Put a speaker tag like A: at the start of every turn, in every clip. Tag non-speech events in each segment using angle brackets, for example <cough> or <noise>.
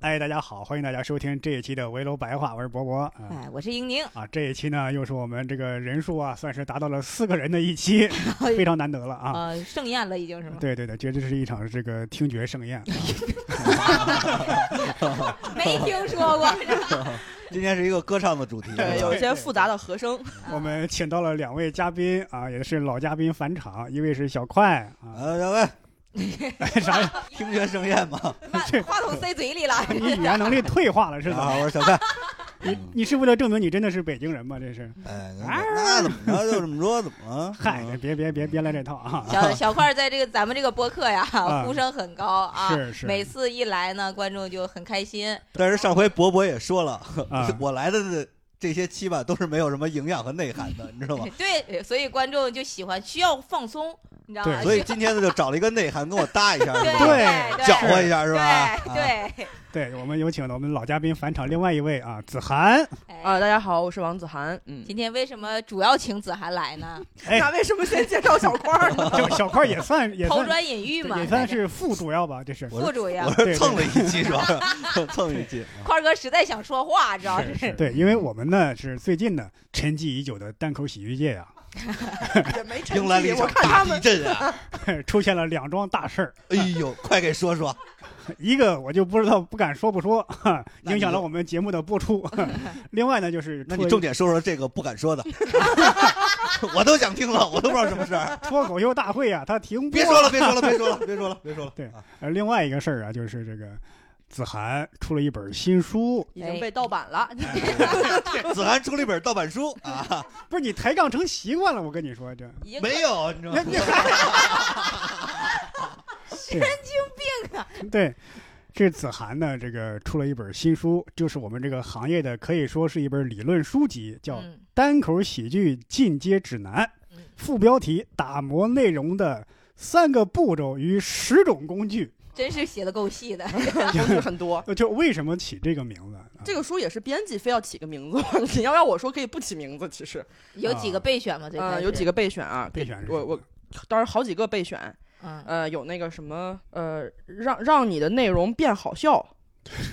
A: 哎，大家好，欢迎大家收听这一期的围楼白话，我是博博。啊
B: <laughs> 哎，我是英宁，
A: 啊，这一期呢，又是我们这个人数啊，算是达到了四个人的一 <laughs> 期，非常难得了啊！
B: 呃，盛宴了已经
A: <laughs>
B: 是吗？
A: 对对对，绝对是一场这个听觉盛宴。
B: 没听说过，
C: 今天是一个歌唱的主题，
D: 对，有一些复杂的和声，
A: 啊我们请到了两位嘉宾啊，也是老嘉宾返场，一位是小快
C: <laughs>
A: 啊，
C: 呃，两位
A: 哎啥呀？
C: 听觉盛宴嘛，啊，
B: 把 <laughs> 话筒塞嘴里了。
A: 你语言能力退化了是怎嗯么？
C: 啊我是小蔡，
A: 你你是为了证明你真的是北京人吗？这是？
C: 哎，那怎么着就这么说，怎么了？
A: 嗨
C: 嗯，
A: 别别别别来这套啊！
B: 小小块儿在这个咱们这个播客呀，呼声很高啊。
A: 是是
B: 每次一来呢，观众就很开心。
C: 但是上回博博也说了
A: 啊，
C: <laughs> 我来的这些期吧，都是没有什么营养和内涵的，你知道吗？
B: 对，所以观众就喜欢需要放松，你知道吗？
A: 对
C: <laughs> 所以今天呢，就找了一个内涵跟我搭一下，
B: 对
C: 是吧
A: 对
B: 对
C: 搅和一下是
B: 对
C: 吧？啊，
B: 对对，
A: 对我们有请了我们老嘉宾返场，另外一位啊，子涵。
B: 哎
D: 啊，大家好，我是王子涵。 <laughs> 嗯，
B: 今天为什么主要请子涵来呢？
A: 哎
D: 那为什么先介绍小块儿呢？
A: 就小块也算也
B: 抛
A: 算
B: 砖引玉嘛，
A: 也算是副主要吧，这是。
B: 副主要
C: 我。是蹭了一期是吧？蹭一期，
B: 块儿哥实在想说话，知道
A: <laughs>
B: 吗
A: 是对，因为我们呢是最近呢沉寂已久的单口喜剧界啊呀、
D: <laughs> 也没成
C: 迎来了
D: 绩，
C: 一
D: 我
C: 场
D: 看他
C: 大地
D: 们
C: 震啊！
A: <laughs> 出现了两桩大事儿，
C: 哎呦，快给说说，
A: 一个我就不知道不敢说不说，哈
C: 那你
A: 影响
C: 就
A: 了我们节目的播 <laughs> 出。另外呢就是
C: 那
A: 脱
C: 你重点说说这个不敢说的，我都想听了，我都不知道什么事儿。
A: 脱口秀大 <laughs> 会啊，它停播。
C: 别说了，别说了，别说了，别说了，别说了。
A: 对
C: 啊
A: 呃，另外一个事儿啊，就是这个子涵出了一本新书，
D: 已经被盗版
A: <laughs>
D: 了。
C: 子涵出了一本盗版书啊，
A: 不是你抬杠成习惯了，我跟你说这。
B: 已经
C: 没有，你知道
A: 那
C: 吗？
A: 你神经病啊！对，这子涵呢，这个出了一本新书，就是我们这个行业的可以说是一本理论书籍，叫《
B: 嗯
A: 单口喜剧进阶指南》
B: 嗯，
A: 副标题打磨内容的三个步骤与十种工具。
B: 真是写的够细的。
A: 啊
D: 工具很多。
A: 呃就为什么起这个名字啊？
D: 这个书也是编辑非要起个名字 <laughs> 嘛，你要让我说可以不起名字，其实，
B: 有几个备选吗？最开
D: 嗯，
B: 始
D: 有几个备选啊，
A: 备选是
D: 我
A: 什
D: 我
A: 么
D: 当然好几个备选，
B: 嗯，
A: 啊
D: 呃，有那个什么，呃，让让你的内容变好笑，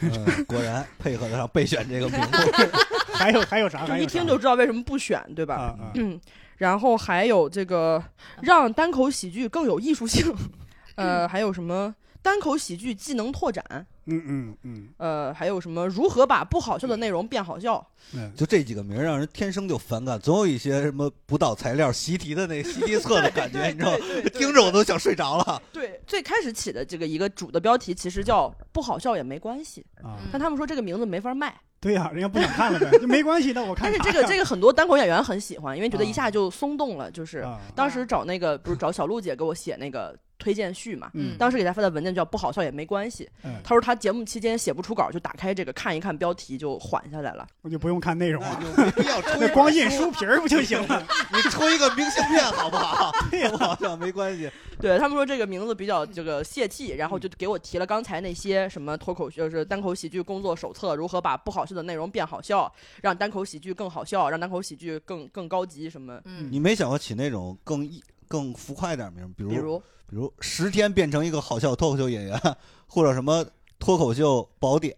C: 嗯果然配合得上备选这个名目，
A: <laughs> 还有还有啥？
D: 就
A: 啊还
D: 一
A: 有
D: 听
A: 啥
D: 就知道为什么不选，对吧？
A: 啊啊！
D: 嗯，然后还有这个让单口喜剧更有艺术性，呃，还有什么单口喜剧技能拓展，
A: 嗯嗯嗯
D: 呃，还有什么如何把不好笑的内容变好笑？
A: 嗯，
C: 就这几个名儿让人天生就反感，总有一些什么不到材料习题的那习题册的感
D: <laughs>
C: 觉，你知道吗？
D: 对对
C: <laughs> 听着我都想睡着了。
D: 对，最开始起的这个一个主的标题其实叫“不好笑也没关系
C: 嗯
A: 啊，”，
D: 但他们说这个名字没法卖，
A: 对呀、人家不想看了呗，就没关系的，我看
D: 但是
A: 啥
D: 这
A: 呀。
D: 个这个很多单口演员很喜欢，因为觉得
A: 啊
C: 嗯
D: 一下就松动了，就是
A: 啊，
D: 当时找那个不是找小璐姐给我写那个推荐序嘛。
A: 嗯
D: 当时给她发的文件叫“不好笑也没关系”，
A: 嗯，
D: 她说她节目期间写不出稿，就打开这个看一看标题就缓下来了。
A: 我就不用看内容
C: 那
A: 了，
C: 就没必要
D: 嗯
C: 出
A: <laughs> 那光印书皮儿不就行
D: <laughs>
A: 了？
C: 你抽一个明信片好不好？不好笑没关系。
D: 对他们说这个名字比较
A: 嗯
D: 这个泄气，然后就给我提了刚才那些什么脱口就是单口喜剧工作手册，如何把不好笑的内容变好笑，让单口喜剧更好笑，让单口喜剧更更高级什么。
B: 嗯
C: 你没想过起那种更易更浮夸一点名儿，比如
D: 比
A: 嗯
D: 如
C: 比如十天变成一个好笑脱口秀演员， <laughs> 或者什么脱口秀宝典，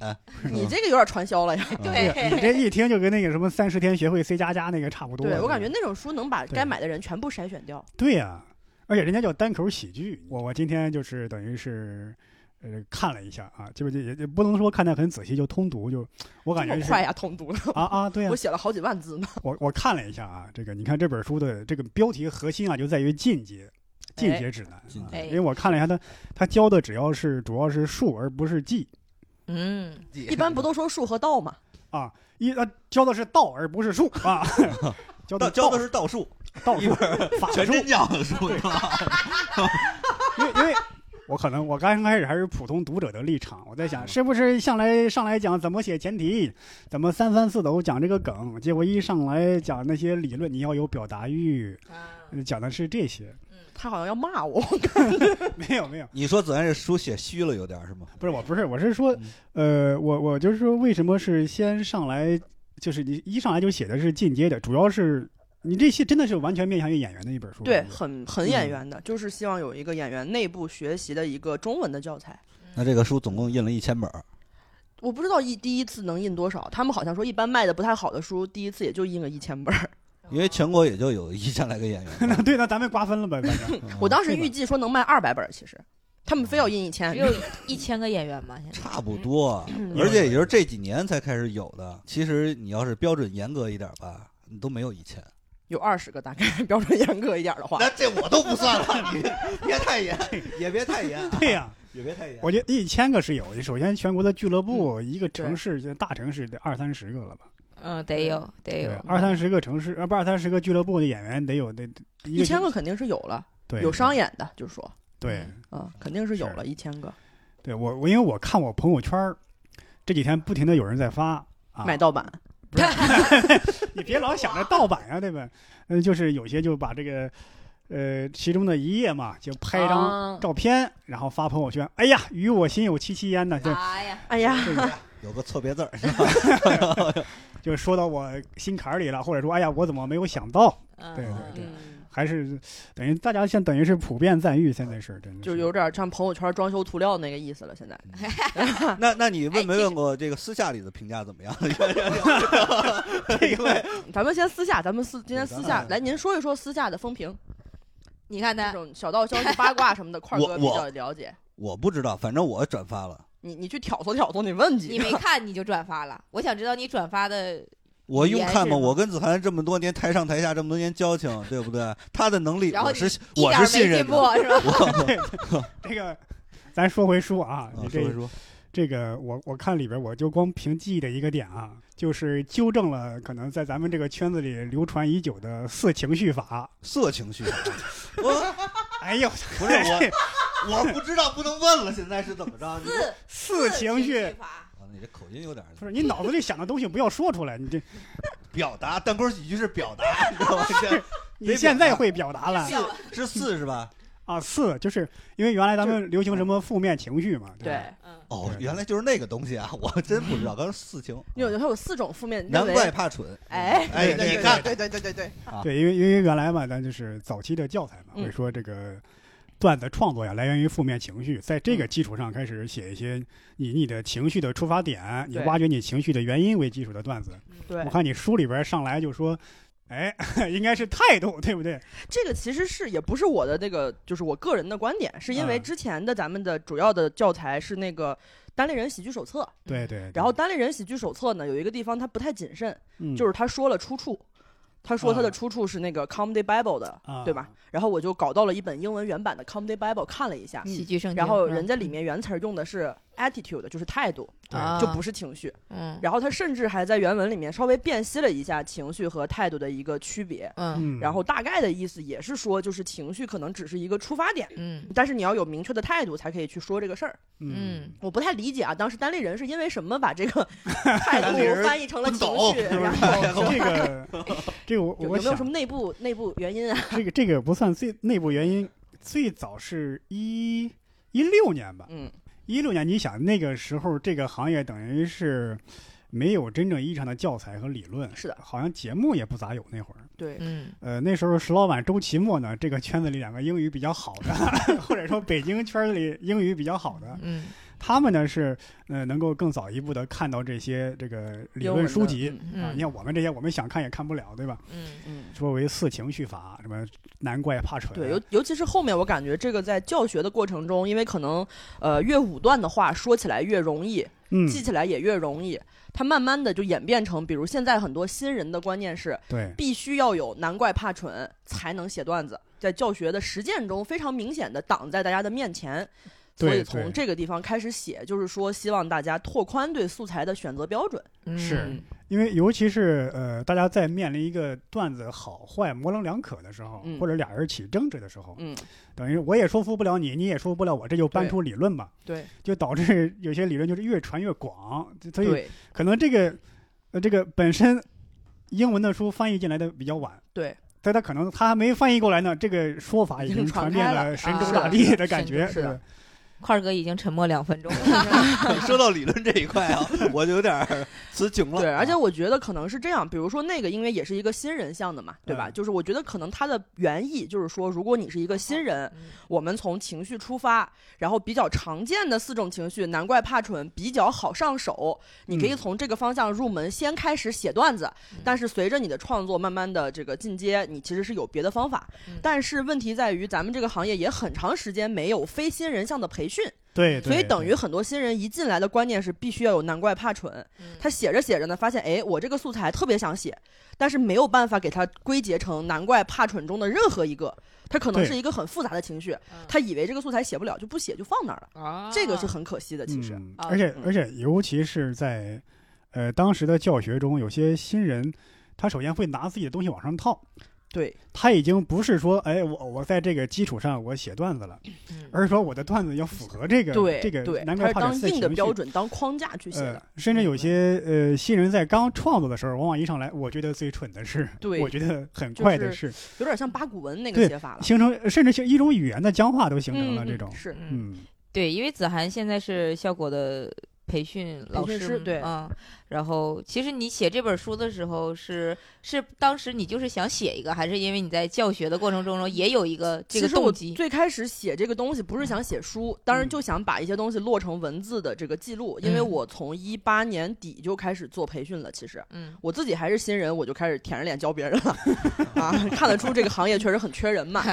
D: 你这个有点传销
A: <laughs>
D: 了呀。
B: 对
A: 你这一听就跟那个什么三十天学会 C 加加那个差不多。
D: 对我感觉那种书能把
A: 对啊
D: 该买的人全部筛选掉。
A: 对呀、而且人家叫单口喜剧。我我今天就是等于是。呃，看了一下啊，就是也也不能说看得很仔细，就通读就，我
D: 这
A: 感觉
D: 么
A: 是
D: 快呀，通读
A: <laughs>
D: 了，
A: 啊啊，对呀、
D: 我写了好几万字呢。
A: 我我看了一下啊，这个你看这本书的这个标题核心啊，就在于进阶，进阶指南啊、
C: 进
B: 阶
A: 因为我看了一下它，它教的只要是主要是术而不是技
B: 嗯，
D: 一般不都说术和道嘛？
A: 啊，一它教的是道而不是术啊， <laughs> 教
C: 道
A: 的
C: 教的
A: 是
C: 是道术，
A: 道术法术，
C: 教的术是吧？
A: 因为因为我可能我刚开始还是普通读者的立场，我在想
C: 嗯
A: 是不是向来上来讲怎么写前提，怎么三番四抖讲这个梗，结果一上来讲那些理论，你要有表达欲，
B: 啊
A: 讲的是这些。
D: <laughs>
A: <laughs>
D: 他好像要骂我，
A: 没有没有，
C: <laughs> 你说子安这书写虚了有点儿是吗？
A: 不是我不是我是说，
D: 嗯
A: 呃，我我就是说为什么是先上来就是你一上来就写的是进阶的，主要是你这些真的是完全面向于演员的一本书。
D: 对，
A: 我觉得
D: 很很演
A: 嗯
D: 员的，就是希望有一个演员内部学习的一个中文的教材。
B: 嗯
C: 那这个书总共印了一千本儿，
D: 我不知道一第一次能印多少，他们好像说一般卖的不太好的书，第一次也就印个一千
A: 哦
D: 本儿。
C: 因为全国也就有一千来个演员吧。
A: <laughs> 对，那咱们瓜分了呗，反正
C: 嗯
D: <laughs> 我当时
A: 这个
D: 预计说能卖二百本儿，其实他们
A: 哦
D: 非要印一千
B: 哦只，有一千个演员嘛，
A: <laughs>
B: 现在
C: 差不多，啊
D: 嗯
C: 而且也就是这几年才开始有的。其实你要是标准严格一点吧，你都没有一千。
D: 有二十个大概， <laughs> 标准严格一点的话，
C: 那这我都不算了，你别太严， <laughs> 也别太严，啊
A: 对呀、
C: 也别太严。啊
A: 我觉得一千个是有的。首先，全国的俱乐
D: 嗯
A: 部，一个城市，就大城市得二三十个了吧？
B: 嗯，得有得
D: 哎
A: 对
B: 有，嗯
A: 二三十个城市，呃，不，二三十个俱乐部的演员得有得
D: 一千个肯定是有了，
A: 对
D: 有商演的，就是说，
A: 对
D: 嗯，肯定是有
A: 是
D: 了一千个
A: 对，我我因为我看我朋友圈儿，这几天不停的有人在发啊，
D: 买盗版，
A: <laughs> 你别老想着盗版呀、对吧？嗯，就是有些就把这个呃其中的一页嘛，就拍一张
B: 啊
A: 照片，然后发朋友圈，哎呀，与我心有戚戚焉呐，就
B: 哎呀，
D: 哎呀，
A: 这个
C: 有个错别字儿，
A: 就说到我心坎儿里了，或者说哎呀，我怎么没有想到？
B: 嗯
A: 对对
B: 嗯
A: 对
B: 嗯
D: 嗯，
A: 还是等于大家现等于是普遍赞誉，现在是真的
D: 就有点像朋友圈装修涂料那个意思了，现在。
C: 那那你问没
B: 哎其实
C: 问过这个私下里的评价怎么样？
B: 哎
C: <laughs>
D: 咱们先私下，咱们私今天私
C: 咱
D: 下
C: 们
D: 来，您说一说私下的风评，
B: 你看
D: 这
B: 他，
D: 种小道消
A: <laughs>
D: 息、八卦什么的，块儿哥比较了解。
C: 我不知道，反正我转发了。
D: 你你去挑唆挑唆，你问
B: 你
D: 几
B: 没
D: 个？
B: 看你就转发了，我想知道你转发的，
C: 我用看
B: 语言
C: 吗？
B: 是吗
C: 我跟子涵这么多年台上台下这么多年交情，对不对？他的能力
B: 然后
C: 我
B: 你
C: 是
B: 一
C: <laughs> 我
B: 点
C: 是
B: 儿
C: 信
B: 没
C: 任
B: 进步
C: 的。
B: 是吧？ <laughs>
C: <laughs> 我
A: 这个，咱说回书啊，
C: 啊
A: 你
C: 说
A: 这
C: 一说，
A: 这个我我看里边我就光凭记忆的一个点啊，就是纠正了可能在咱们这个圈子里流传已久的四情绪法。
C: 色情绪，我
A: 哎呦，
C: <laughs> 不是我，我不知道，不能问了，现在是怎么着？你
A: 四
B: 四
A: 情绪。
B: 法，
C: 啊你这口音有点儿
A: 不是你脑子里想的东西不要说出来，你
D: <laughs>
A: 这
C: 表达，单口喜剧是表达，你知
B: <laughs>
C: 道吗？这
A: 你现在会表达
D: <laughs>
A: 了
B: 笑
C: 是四是吧？
A: 啊？四就是因为原来咱们流行什么负面情绪嘛，对吧
D: 对，
B: 嗯，
C: 哦，
A: 对
C: 原来就是那个东西啊！我真不知道，刚才四情，
D: 有它有四种负面，
C: 难怪怕蠢。 <laughs>
D: 哎
C: 哎，
A: 对
C: 你看，
D: 对对对对对，
A: 对，因为因为原来嘛，咱就是早期的教材嘛，
D: 嗯
A: 会说这个段子创作呀来源于负面情绪，在这个
D: 嗯
A: 基础上开始写一些以你的情绪的出发点，你
D: 对
A: 挖掘你情绪的原因为基础的段子。
B: 嗯
D: 对
A: 我看你书里边上来就说，哎， <laughs> 应该是态度，对不对？
D: 这个其实是也不是我的那个，就是我个人的观点，是因为
A: 嗯
D: 之前的咱们的主要的教材是那个单立人喜剧手册，
A: 对对。
D: 然后单立人喜剧手册呢有一个地方它不太谨慎，
A: 嗯
D: 就是他说了出处，他说他的
A: 嗯
D: 出处是那个 Comedy Bible 的，
A: 啊
D: 对吧？然后我就搞到了一本英文原版的 Comedy Bible 看了一下，
B: 喜剧圣经，
D: 然后
B: 嗯
D: 人家里面原词儿用的是 attitude，就是态度，
A: 对
B: 啊
D: 就不是情绪。
B: 嗯
D: 然后他甚至还在原文里面稍微辨析了一下情绪和态度的一个区别，
B: 嗯
A: 嗯，
D: 然后大概的意思也是说，就是情绪可能只是一个出发点。
B: 嗯
D: 但是你要有明确的态度才可以去说这个事儿。
A: 嗯
B: 嗯，
D: 我不太理解啊，当时单立人是因为什么把
C: <laughs>
D: 这个态
C: 单立人
D: 度翻译成了
C: 不
D: 情
C: 懂
D: 绪，然
A: 这
D: 后 <laughs>
A: 个这个我
D: 有
A: 我
D: 有没有
A: 想
D: 什么内部内部原因啊？
A: 这个这个不算最内部原因，最早是一一六年吧。
D: 嗯，
A: 一六年，你想那个时候这个行业等于是没有真正意义上的教材和理论，
D: 是的
A: 好像节目也不咋有那会儿。
D: 对，
B: 嗯
A: 呃，那时候石老板、周奇墨呢，这个圈子里两个英语比较好的， <laughs> 或者说北京圈子里英语比较好的，
B: 嗯，
A: 他们呢是呃能够更早一步的看到这些这个理论书籍。
B: 嗯
A: 啊，你看我们这些，我们想看也看不了，对吧？
B: 嗯
D: 嗯，
A: 说为四情绪法，什么难怪怕蠢，
D: 对，尤尤其是后面，我感觉这个在教学的过程中，因为可能呃越武断的话说起来越容易，
A: 嗯，
D: 记起来也越容易。它慢慢的就演变成，比如现在很多新人的观念是，
A: 对，
D: 必须要有难怪怕蠢才能写段子，在教学的实践中非常明显的挡在大家的面前。所
A: 对
D: 以从
A: 对
D: 这个地方开始写，就是说希望大家拓宽对素材的选择标准。
A: 是
D: 嗯
A: 因为尤其是呃，大家在面临一个段子好坏模棱两可的时候，
D: 嗯
A: 或者俩人起争执的时候，
D: 嗯，
A: 等于我也说服不了你，你也说服不了我，这就搬
D: 对
A: 出理论嘛，
D: 对
A: 就导致有些理论就是越传越广，所以
D: 对
A: 可能这个呃这个本身英文的书翻译进来的比较晚，
D: 对，
A: 但他可能他还没翻译过来呢，这个说法已
D: 已
A: 经
D: 经
A: 传
D: 传
A: 遍
D: 开了
A: 了神
B: 啊
A: 州
B: 是
A: 大
B: 的
A: 地
B: 是
A: 的
B: 的
A: 感
B: 神州
A: 觉，
D: 是的
A: 对
B: 块儿哥已经沉默两分钟
D: <laughs>
B: 了。
C: 说到理论这一块啊，我就有点儿词穷了。
D: 对，而且
C: 啊
D: 我觉得可能是这样，比如说那个，因为也是一个新人向的嘛，对吧？
A: 嗯
D: 就是我觉得可能它的原意就是说，如果你是一个
A: 嗯
D: 新人，
B: 嗯
D: 我们从情绪出发，然后比较常见的四种情绪，难怪怕蠢比较好上手，你可以
A: 嗯
D: 从这个方向入门，先开始写段子。但是随着你的创作慢慢的这个进阶，你其实是有别的方法。
B: 嗯
D: 但是问题在于，咱们这个行业也很长时间没有非新人向的培训，
A: 对，
D: 所以
A: 对
D: 等于
A: 对
D: 很多新人一进来的观念是必须要有难怪怕蠢。
B: 嗯
D: 他写着写着呢，发现哎，我这个素材特别想写，但是没有办法给它归结成难怪怕蠢中的任何一个，它可能
A: 对
D: 是一个很复杂的情绪
B: 嗯，
D: 他以为这个素材写不了就不写就放那儿了，
B: 啊
D: 这个是很可惜的。其实，
A: 嗯、
B: 啊
A: 而且
D: 嗯
A: 而且尤其是在呃当时的教学中，有些新人他首先会拿自己的东西往上套，
D: 对
A: 他已经不是说哎我我在这个基础上我写段子了，
B: 嗯
A: 而是说我的段子要符合这个
D: 对
A: 这个
D: 对，
A: 难
D: 它
A: 怪
D: 是
A: 怕
D: 当
A: 点
D: 硬的标
A: 准。
D: 准当框架去写
A: 呃
D: 的，，嗯
A: 甚至有些呃新人在刚创作的时候，往往一上来，我觉得最蠢的是，
D: 对
A: 我觉得很
D: 就
A: 快的
D: 是
A: 是，
D: 有点像八股文那
A: 对
D: 个写法了。
A: 形成甚至形一种语言的僵化都形成了
D: 嗯
A: 这
D: 嗯
A: 种，
D: 是
A: 嗯，
B: 对，因为子涵现在是效果的培训老
D: 培训
B: 师
D: 师
B: 嘛，
D: 对
B: 嗯，然后其实你写这本书的时候是是当时你就是想写一个，还是因为你在教学的过程中也有一个这
D: 其
B: 个
D: 实我
B: 动机？
D: 最开始写这个东西不是想写书，当然
A: 嗯
D: 就想把一些东西落成文字的这个记录，因为
B: 嗯
D: 我从一八年底就开始做培训了，其实。
B: 嗯
D: 我自己还是新人，我就开始舔着脸教别人了啊！看得出这个行业确实很缺
B: <laughs>
D: 人嘛。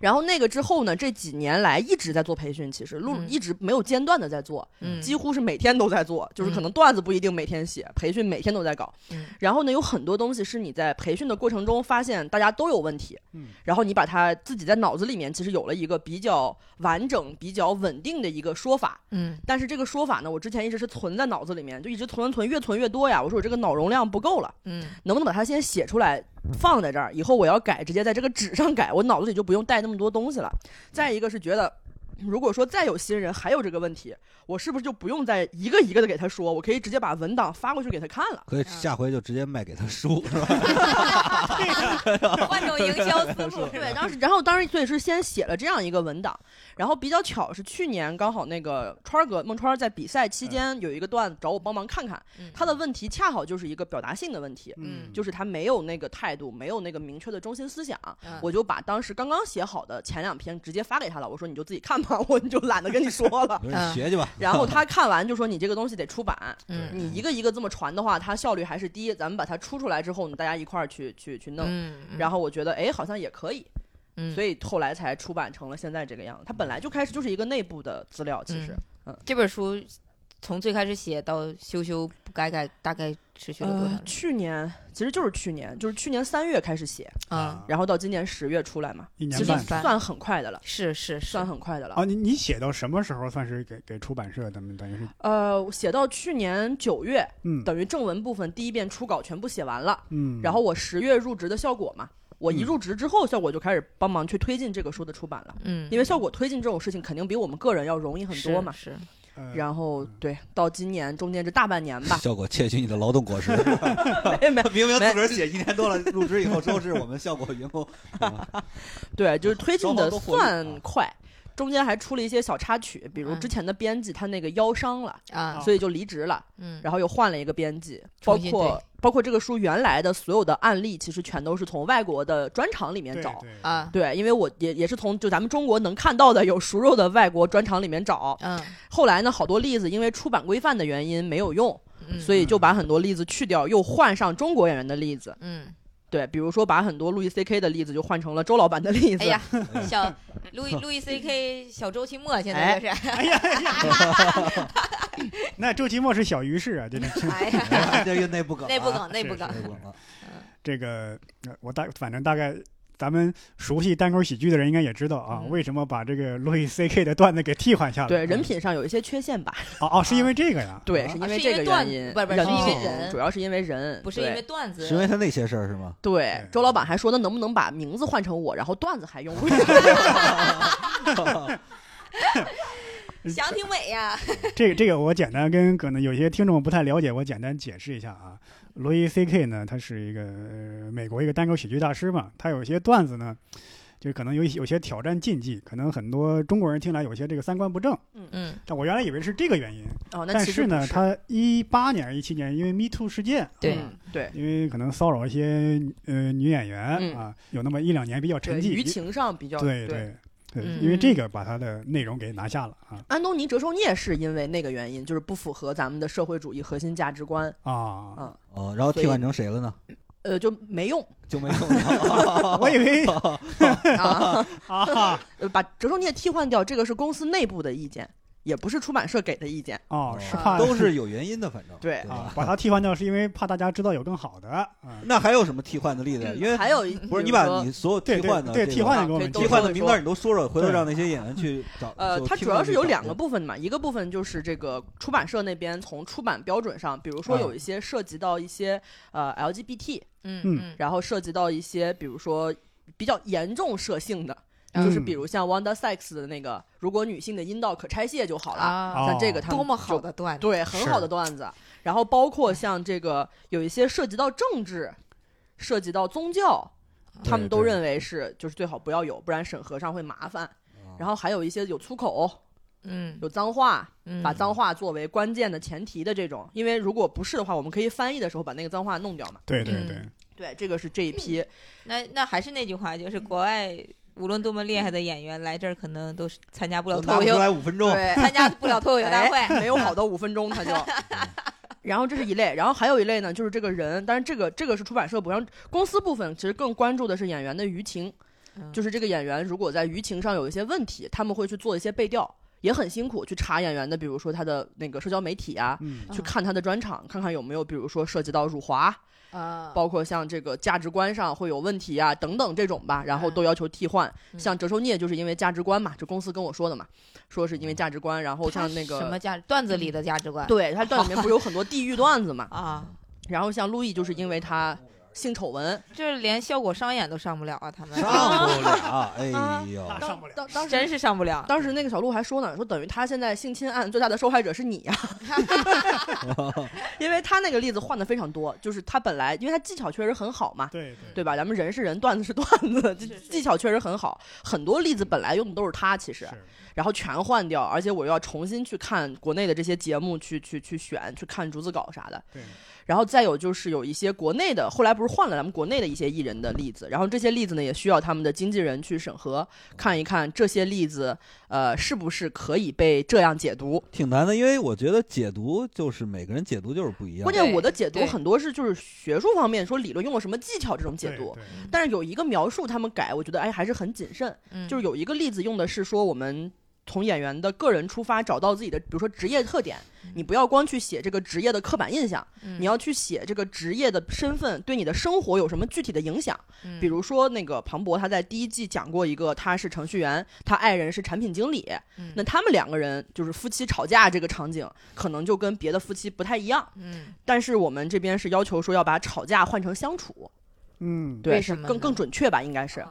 D: 然后那个之后呢，这几年来一直在做培训，其实陆
B: 嗯
D: 一直没有间断的在做，
B: 嗯，
D: 几乎是每天都在做，就是可能段子不一定每天写，培训每天都在搞
B: 嗯。
D: 然后呢，有很多东西是你在培训的过程中发现大家都有问题
A: 嗯，
D: 然后你把它自己在脑子里面其实有了一个比较完整、比较稳定的一个说法，
B: 嗯
D: 但是这个说法呢，我之前一直是存在脑子里面，就一直存存，越存越多呀。我说我这个脑容量不够了，
B: 嗯
D: 能不能把它先写出来，放在这儿？以后我要改，直接在这个纸上改，我脑子里就不用带那么多东西了。再一个是觉得。如果说再有新人还有这个问题，我是不是就不用再一个一个的给他说，我可以直接把文档发过去给他看了？
C: 可以下回就直接卖给他书，是吧？
D: <laughs>
B: 换种营销思路嗯是
D: 对，当时然后当时所以是先写了这样一个文档，然后比较巧是去年刚好那个川儿哥孟川儿在比赛期间有一个段子找我帮忙看看，他的问题恰好就是一个表达性的问题，
B: 嗯
D: 就是他没有那个态度，没有那个明确的中心思想。
B: 嗯
D: 我就把当时刚刚写好的前两篇直接发给他了，我说你就自己看吧，我就懒得跟你说了。
B: <laughs>
C: 我说你学去吧。，
D: 嗯然后他看完就说：“你这个东西得出版，
B: 嗯
D: 你一个一个这么传的话，它效率还是低。咱们把它出出来之后，你大家一块儿去去去弄。
B: 嗯，
D: 然
B: 后
D: 后我觉得，哎，好像也可以，
B: 嗯
D: 所以后来才出版成了现在这个样子。它本来就开始就是一个内部的资料，其实、嗯
B: 这本书从最开始写到修修改改，大概持续了多
D: 呃
B: 长，时
D: 去年其实就是去年，就是去年三月开始写，
B: 间？啊，
D: 然后到今年十月出来嘛，
A: 一年
D: 其实
A: 半
B: 一哦般
D: 算很快的了，
B: 是是是
D: 算，很快的了。
A: 啊，你你写到什么时候算是给给出版社咱们等于是
D: 呃，写到去年九月，
A: 嗯
D: 等于正文部分第一遍初稿全部写完了，
A: 嗯，
D: 然后我十月入职的效果嘛，我
A: 嗯
D: 一入职之后，效果就开始帮忙去推进这个书的出版了，
B: 嗯，
D: 因为效果推进这种事情肯定比我们个人要容易很多
B: 是
D: 嘛。
B: 是
A: 呃
D: 然后对，到今年中间这大半年吧
C: <laughs> 效果窃取你的劳动果实，
D: 没没
C: <laughs> 明明自个儿写一年多了，入职以后说是我们效果员 <laughs> 工，
D: 对，就是推进
C: 双方
D: 的
C: 都获利
D: 算
C: 啊
D: 快，中间还出了一些小插曲，比如
B: 嗯
D: 之前的编辑他那个腰伤了，
B: 啊，
D: 所以就离职了。
B: 嗯，
D: 然后又换了一个编辑，包
B: 重新
D: 括包括这个书原来的所有的案例，其实全都是从外国的专场里面
A: 对
D: 找。
A: 对
B: 啊，
D: 对，因为我也也是从就咱们中国能看到的有熟肉的外国专场里面找。
B: 嗯，
D: 后来呢，好多例子因为出版规范的原因没有用，
B: 嗯
D: 所以就把很多例子去掉，又换上中国演员的例子。
B: 嗯，
D: 对，比如说把很多路易 C K 的例子就换成了周老板的例子。
B: 哎呀，小路
D: <laughs>
B: 易路易 C K 小周期末现
D: 哎
B: 在就是，
A: 那周奇墨是小于是啊，这个
B: 哎呀，
C: 这个内部梗啊，
B: 内部梗内部梗
A: 是
C: 内部梗啊，
A: 这个呃我大反正大概。咱们熟悉单口喜剧的人应该也知道啊，
D: 嗯
A: 为什么把这个 Louis C K 的段子给替换下来？啊
D: 对人品上有一些缺陷吧？
A: 哦哦，是因为这个呀？
D: 对，
A: 嗯啊
D: 是
B: 啊
D: 因为
B: 是因
D: 这
B: 为
D: 个
B: 段
D: 原因，
B: 不是不是
D: 人
B: 是因
D: 品
B: 为人
D: 主要是因为人，
B: 不是
D: 对
B: 因为段子，
C: 是因为他那些事儿是吗？
D: 对，周老板还说，那能不能把名字换成我，然后段子还
A: <laughs>
D: 用哦我？
B: 想挺美呀。
A: 这个这个我简单跟可能有些听众不太了解，我简单解释一下啊。罗伊 C.K. 呢，他是一个、呃美国一个单口喜剧大师嘛，他有些段子呢，就可能有一些有些挑战禁忌，可能很多中国人听来有些这个三观不正。
B: 嗯
A: 但我原来以为是这个原因，
D: 哦，那
A: 但
D: 其实
A: 是呢，
D: 不是
A: 他一八年、一七年因为 Me Too 事件，
B: 对
A: 啊
D: 嗯对
A: 因为可能骚扰一些呃女演员、
D: 嗯
A: 啊，有那么一两年比较沉
D: 对
A: 寂，
D: 舆情上比较
A: 对
D: 对。
A: 对对
B: 嗯
A: 因为这个把他的内容给拿下了啊
D: 安东尼·折寿涅是因为那个原因，就是不符合咱们的社会主义核心价值观，
A: 啊！
C: 哦，然后替换成谁了呢？
D: 呃，就没
C: <laughs>
D: 用
C: 就没用
D: <laughs>
C: 了。
A: 我以为
D: 哦啊。
A: 啊哈
D: 呃把折寿涅替换掉，这个是公司内部的意见，也不是出版社给的意见。
A: 哦，是
D: 啊
A: 怕
C: 都是有原因的，反正
D: 对
C: 吧
A: 啊，把它替换掉是因为怕大家知道有更好的啊。
C: 那还有什么替换的例子？因为
D: 嗯还有一
C: 不是你
D: 比如
C: 把
D: 说
C: 你所有替
A: 对对
C: 换的
A: 对
C: 这
A: 替
C: 个
A: 换的给我们
D: 啊对都
A: 听
C: 替
D: 是
C: 换
D: 会
C: 的名
D: 说
C: 单你都说说，回头
A: 对
C: 让那些演员
D: <laughs>
C: 去找。
D: 呃，
C: 就
D: 它
C: 替
D: 主
C: 换
D: 要
C: 的
D: 是
C: 去
D: 有
C: 找
D: 两
C: 这
D: 个部分嘛，一个部分就是这个出版社那边从出版标准上，比如说
A: 嗯
D: 有一些涉及到一些呃 LGBT，
B: 嗯
A: 嗯
B: 嗯，
D: 然后涉及到一些比如说比较严重涉性的，
B: 嗯
D: 就是比如像 Wanda Sykes 的那个，如果女性的阴道可拆卸就好了，
B: 啊，
A: 哦
D: 像这个他们
B: 多么好
D: 就
B: 的段子，
D: 对，很
A: 是
D: 好的段子。然后包括像这个有一些涉及到政治，涉及到宗教，他们
A: 啊对
D: 都
A: 对哦
D: 认为是就是最好不要有，不然审核上会麻烦。
C: 啊
D: 然后还有一些有粗口、
B: 嗯
D: 有脏话，
B: 嗯，
D: 把脏话作为关键的前提的这种，因为如果不是的话，我们可以翻译的时候把那个脏话弄掉嘛。
A: 对对
B: 嗯
A: 对，
D: 对，这个是这一批，
B: 那那还是那句话，就是国外无论多么厉害的演员来这儿，可能都是参加不了
C: 都
B: 脱
C: 拿
B: 口
C: 不出
B: 秀，哎
C: 来五分钟。
D: 对，
B: 参加不了脱口秀大
D: <laughs>
B: 会。
D: 没有好到五分钟他就。 <laughs> 然后这是一类，然后还有一类呢，就是这个人，但是这个这个是出版社部分，然后公司部分其实更关注的是演员的舆情，
B: 嗯
D: 就是这个演员如果在舆情上有一些问题，他们会去做一些背调，也很辛苦去查演员的，比如说他的那个社交媒体啊，
A: 嗯
D: 去看他的专场，看看有没有比如说涉及到辱华，
B: 啊，
D: 包括像这个价值观上会有问题啊等等这种吧，然后
B: 嗯
D: 都要求替换。
B: 嗯
D: 像折寿涅就是因为价值观嘛，这公司跟我说的嘛，说是因为价值观，然后
B: 他
D: 像那
B: 什么
D: 个。
B: 价段子里的价值观，，
D: 对他段里面不是有很多地狱段子嘛
B: 啊，
D: 然后像路易就是因为他性丑闻，
B: 就是连效果商演都上不了啊，他们
C: 上不
D: <laughs>
C: 了，哎呦，
A: 那上不了。
D: 当
B: <laughs>
D: 当
B: 真
D: 时
B: 是上不了。
D: 当时那个小鹿还说呢，说等于他现在性侵案最大的受害者是你
B: <laughs>
D: 呀、因为他那个例子换的非常多，就是他本来因为他技巧确实很好嘛，
A: 对
D: 对吧？咱们人是人，段子是段子，技
B: 是是
D: 技巧确实很好，很多例子本来用 <laughs> 的都是啊他，其实
A: 是，
D: 然后全换掉，而且我又要重新去看国内的这些节目，去去去选，去看竹子稿啥的。
A: 对
D: 然后再有就是有一些国内的，后来不是换了咱们国内的一些艺人的例子，然后这些例子呢也需要他们的经纪人去审核，看一看这些例子，呃，是不是可以被这样解读。
C: 挺难的，因为我觉得解读就是每个人解读就是不一样
D: 关
C: 的。
D: 键我的解读
B: 对
D: 很多是就是学术方面说理论用了什么技巧这种解读，
A: 对
D: 但是有一个描述他们改，我觉得哎还是很谨慎。
B: 嗯
D: 就是有一个例子用的是说我们。从演员的个人出发，找到自己的，比如说职业特点，你不要光去写这个职业的刻板印象，
B: 嗯
D: 你要去写这个职业的身份对你的生活有什么具体的影响。
B: 嗯
D: 比如说那个庞博，他在第一季讲过一个，他是程序员，他爱人是产品经理，
B: 嗯
D: 那他们两个人就是夫妻吵架这个场景，可能就跟别的夫妻不太一样。
B: 嗯
D: 但是我们这边是要求说要把吵架换成相处，
A: 嗯
D: 对，
B: 为
D: 是
B: 什么
D: 更
B: 呢哦
D: 更准确吧？应该是。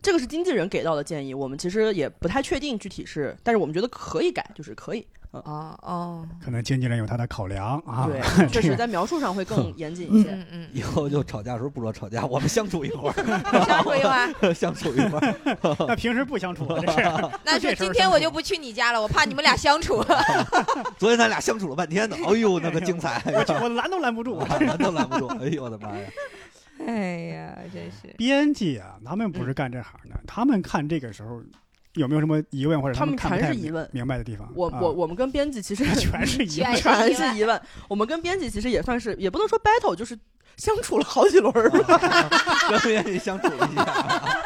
D: 这个是经纪人给到的建议，我们其实也不太确定具体是，但是我们觉得可以改，就是可以。
B: 哦哦，
A: 可能经纪人有他的考量啊。 <laughs>
D: 对，确
A: 这
D: 实
A: 个
D: 在描述上会更严谨一些。
B: 嗯嗯，
C: 以后就吵架的时候不说吵架，我们相处一会
B: 相处一
D: <laughs>
B: 会儿。
C: 儿， <laughs> 相处一会儿。
A: 那平时不相处啊，这是
B: 那说今天我就不去你家了，我怕你们
D: <laughs>
B: 俩相处。
C: 昨天咱俩相处了半天呢，哎呦，那个精
D: <laughs>
C: 彩，
A: 我拦都拦不住。啊
C: 拦都拦不住，哎呦我的妈呀！
B: 哎呀，真是。
A: 编辑啊，他们不
D: 嗯
A: 是干这行的，他们看这个时候有没有什么疑问或者
D: 他们
A: 们看不
D: 全
A: 太
D: 是疑问
A: 明白的地方？
D: 我
A: 啊
D: 我我们跟编辑其实
A: <laughs> 全是疑问
B: 全。
D: 全是疑问，我们跟编辑其实也算是，也不能说 battle，就是相处了好几轮儿。
A: 啊
C: 跟别人相处一下，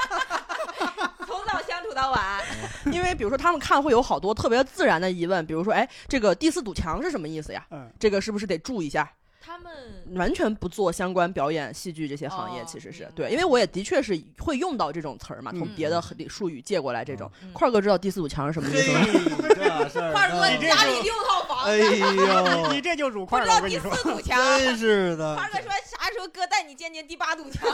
B: 从早相处到
D: <laughs>
B: 晚，
D: <laughs> 因为比如说他们看会有好多特别自然的疑问，比如说，哎，这个第四堵墙是什么意思呀？
A: 嗯
D: 这个是不是得注意一下？
B: 他们
D: 完全不做相关表演戏剧这些行业，
B: 哦
D: 其实是
B: 明白
D: 对，因为我也的确是会用到这种词儿嘛，从
A: 嗯
D: 别的术语借过来这种
B: 嗯。
D: 块儿哥知道第四堵墙是什么意思吗？
C: 这事儿，
B: 块儿哥
A: 你这
B: 家
A: 就
B: 里六套房，
C: <laughs> 哎呦
A: 你，这就辱
B: 不
A: 块
B: 知
A: 了，我
B: 道
A: 跟
B: 第
A: 你说。
B: 四堵
A: <laughs>
B: 墙。
D: <laughs>
C: 真是的
B: 块，儿哥说啥时候哥带你见见第八堵墙？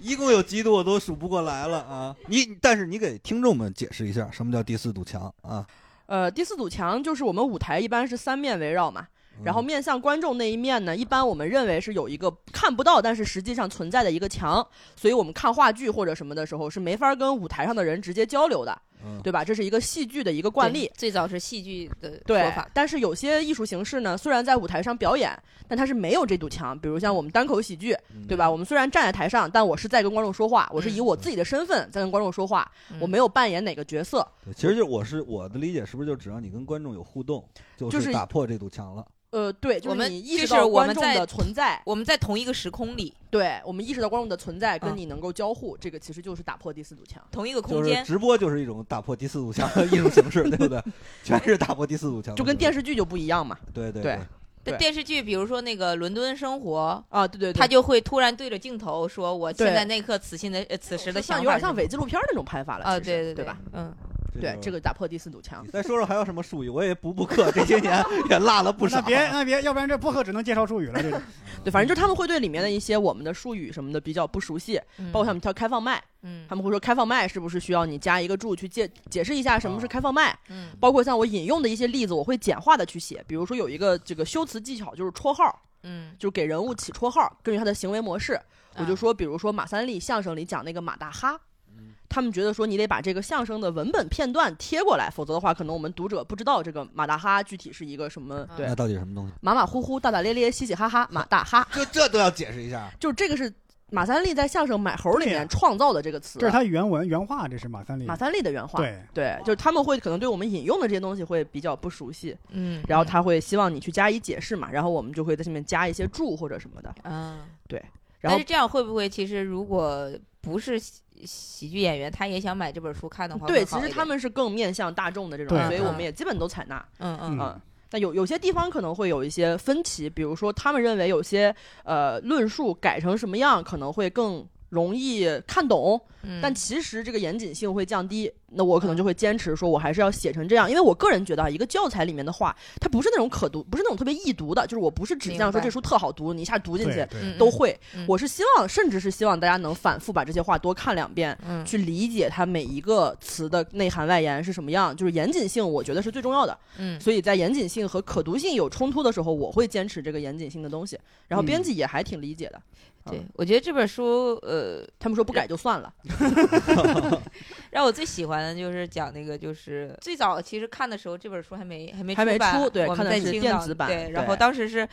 C: 一共有几堵我都数不过来了啊！你但是你给听众们解释一下，什么叫第四堵墙啊？
D: <laughs> 呃，第四堵墙就是我们舞台一般是三面围绕嘛，
B: 嗯
C: 嗯
D: 然后面向观众那一面呢，一般我们认为是有一个看不到，但是实际上存在的一个墙，所以我们看话剧或者什么的时候是没法跟舞台上的人直接交流的，
C: 嗯，
D: 对吧？这是一个戏剧的一个惯例。
B: 最早是戏剧的
D: 对
B: 说法，，
D: 但是有些艺术形式呢，虽然在舞台上表演，但它是没有这堵墙。比如像我们单口喜剧，
C: 嗯
D: 对吧？？我们虽然站在台上，但我是在跟观众说话，我是以
B: 嗯
D: 我自己的身份在跟观众说话，
B: 嗯
D: 我没有扮演哪个角色。
C: 对其实就是我是我的理解，是不是就只要你跟观众有互动，就
D: 就是
C: 是打破这堵墙了？
D: 呃，对，就
B: 我
D: 是
B: 们
D: 你意识
B: 就是
D: 到
B: 我
D: 观
B: 们
D: 众
B: 在
D: 的存在，
B: 我们在同一个时空里，
D: 对我们意识到观众的存在
B: 啊
D: 跟你能够交互，这个其实就是打破第四堵墙。
B: 同一个空
C: 就是
B: 间，
C: 直播就是一种打破第四堵墙的艺术形式，对不对？
D: <laughs>
C: 全是打破第四堵墙的形式，
D: 就跟电
C: 视
D: 视剧就不一样嘛，
C: 对对
D: 对
B: 但
D: 对
B: 电视剧，比如说那个《伦敦生活》。
D: 啊，对对对，
B: 他就会突然对着镜头说：“我
D: 对
B: 现在那刻此心的呃此时的
D: 像
B: 想
D: 有
B: 法
D: 点
B: 是什么。”
D: 像伪纪录片那种拍法了
B: 啊，
D: 其实
B: 对对
D: 对吧？？
B: 嗯，
D: 对，这
C: 个。
D: 个打破第四堵墙
C: 你。再说说还有什么术语，我也补补课，这些年也落了不
A: 那
D: <laughs>
C: 少。嗯
A: 别那别，要不然这播客只能介绍术语了。这个
D: 对，反正就是他们会对里面的一些我们的术语什么的比较不熟悉，包括他们跳开放麦，
B: 嗯，
D: 他们会说开放麦是不是需要你加一个注去解解释一下什么是
C: 哦
D: 开放麦？
B: 嗯
D: 包括像我引用的一些例子，我会简化的去写。比如说有一个这个修辞技巧，就是绰号，
B: 嗯，
D: 就是给人物起绰号，根据他的行为模式。
A: 嗯
D: 我就
B: 啊
D: 说，比如说马三立相声里讲那个马大哈
C: 嗯。
D: 他们觉得说你得把这个相声的文本片段贴过来，否则的话，可能我们读者不知道这个马大哈具体是一个什么。
A: 嗯
D: 对
C: 那，到底什么东西？
D: 马马虎虎、大大咧咧、嘻嘻哈哈，马大哈，
C: 就这都要解释一下。
D: 就这个是马三立在相声《买猴》里
A: 对呀
D: 面创造的这个词啊
A: 这，是他原文原话，这是马三立。
D: 马三立的原话。
A: 对，
D: 对，就是他们会可能对我们引用的这些东西会比较不熟悉，
B: 嗯，
D: 然后他会希望你去加以解释嘛，然后我们就会在上面加一些注或者什么的。
B: 嗯，
D: 对
B: 但
D: 然后
B: 是这样会不会其实如果不是喜喜剧演员，他也想买这本书看的话，
D: 对，
B: 会
D: 其
B: 好
D: 实
B: 一
D: 他
B: 点
D: 们是更面向大众的这种
A: 对，
D: 所以我们
B: 嗯
D: 也基本都采纳。
B: 嗯嗯
A: 嗯
D: 啊，但有有些地方可能会有一些分歧，比如说他们认为有些呃论述改成什么样可能会更容易看懂，
B: 嗯，
D: 但其实这个严谨性会降低。那我可能就会坚持说，我还是要写成这样，因为我个人觉得啊，一个教材里面的话，它不是那种可读，不是那种特别易读的，就是我不是只这样说
B: 明白
D: 这书特好读，你一下读进
A: 对
D: 去
A: 对，
D: 都会
B: 嗯。
D: 我是希望，甚至是希望大家能反复把这些话多看两遍。
B: 嗯
D: 去理解它每一个词的内涵外延是什么样，就是严谨性，我觉得是最重要的。
B: 嗯
D: 所以在严谨性和可读性有冲突的时候，我会坚持这个严谨性的东西。然
B: 嗯
D: 后编辑也还挺理解的，
B: 对，我觉得这本书呃，
D: 他们说不改就算了。
B: 让我最喜欢的就是讲那个，就是最早其实看的时候，这本书还没还没
D: 还没
B: 版
D: 出对
B: 我
D: 看
B: 们
D: 的
B: 在
D: 是
B: 青
D: 电
B: 岛
D: 子版
B: 对，然
D: 对
B: 后当时是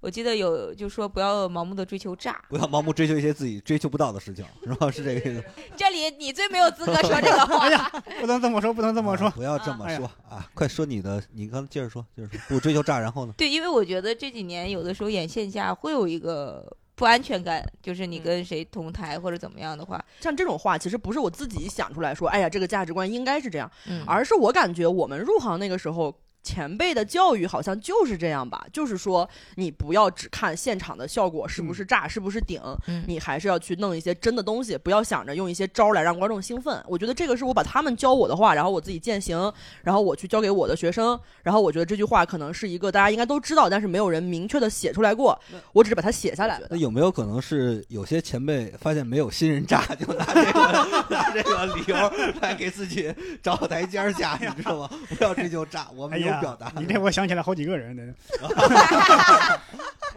B: 我记得有就说不要盲目的追求炸，
C: 不要盲目追求一些自己追求不到的事情，是吧？是这个意思。
B: 这里你最没有资格说这个话， <laughs>
A: 不能这么说，不能这么
C: 啊
A: 说。哎
C: 不要这么说啊！快说你的，你刚接着说，接着说，不追求炸，然后呢？
B: 对，因为我觉得这几年有的时候演线下会有一个不安全感，就是你
D: 嗯
B: 跟谁同台或者怎么样的话，
D: 像这种话，其实不是我自己想出来说，哎呀，这个价值观应该是这样，
B: 嗯
D: 而是我感觉我们入行那个时候。前辈的教育好像就是这样吧，就是说你不要只看现场的效果是不是炸，是不是顶，
B: 嗯
D: 你还是要去弄一些真的东西，不要想着用一些招儿来让观众兴奋。我觉得这个是我把他们教我的话，然后我自己践行，然后我去教给我的学生，然后我觉得这句话可能是一个大家应该都知道，但是没有人明确的写出来过，我只是把它写下来。
C: 那有没有可能是有些前辈发现没有新人炸，就拿这个拿这个理由来给自己找台阶儿下，你知道吗？不要追求炸，我
A: 哎
C: 们有
A: 呀
C: 表达，。
D: 啊
A: 你这我想起来好几个人
D: <laughs>
A: 呢，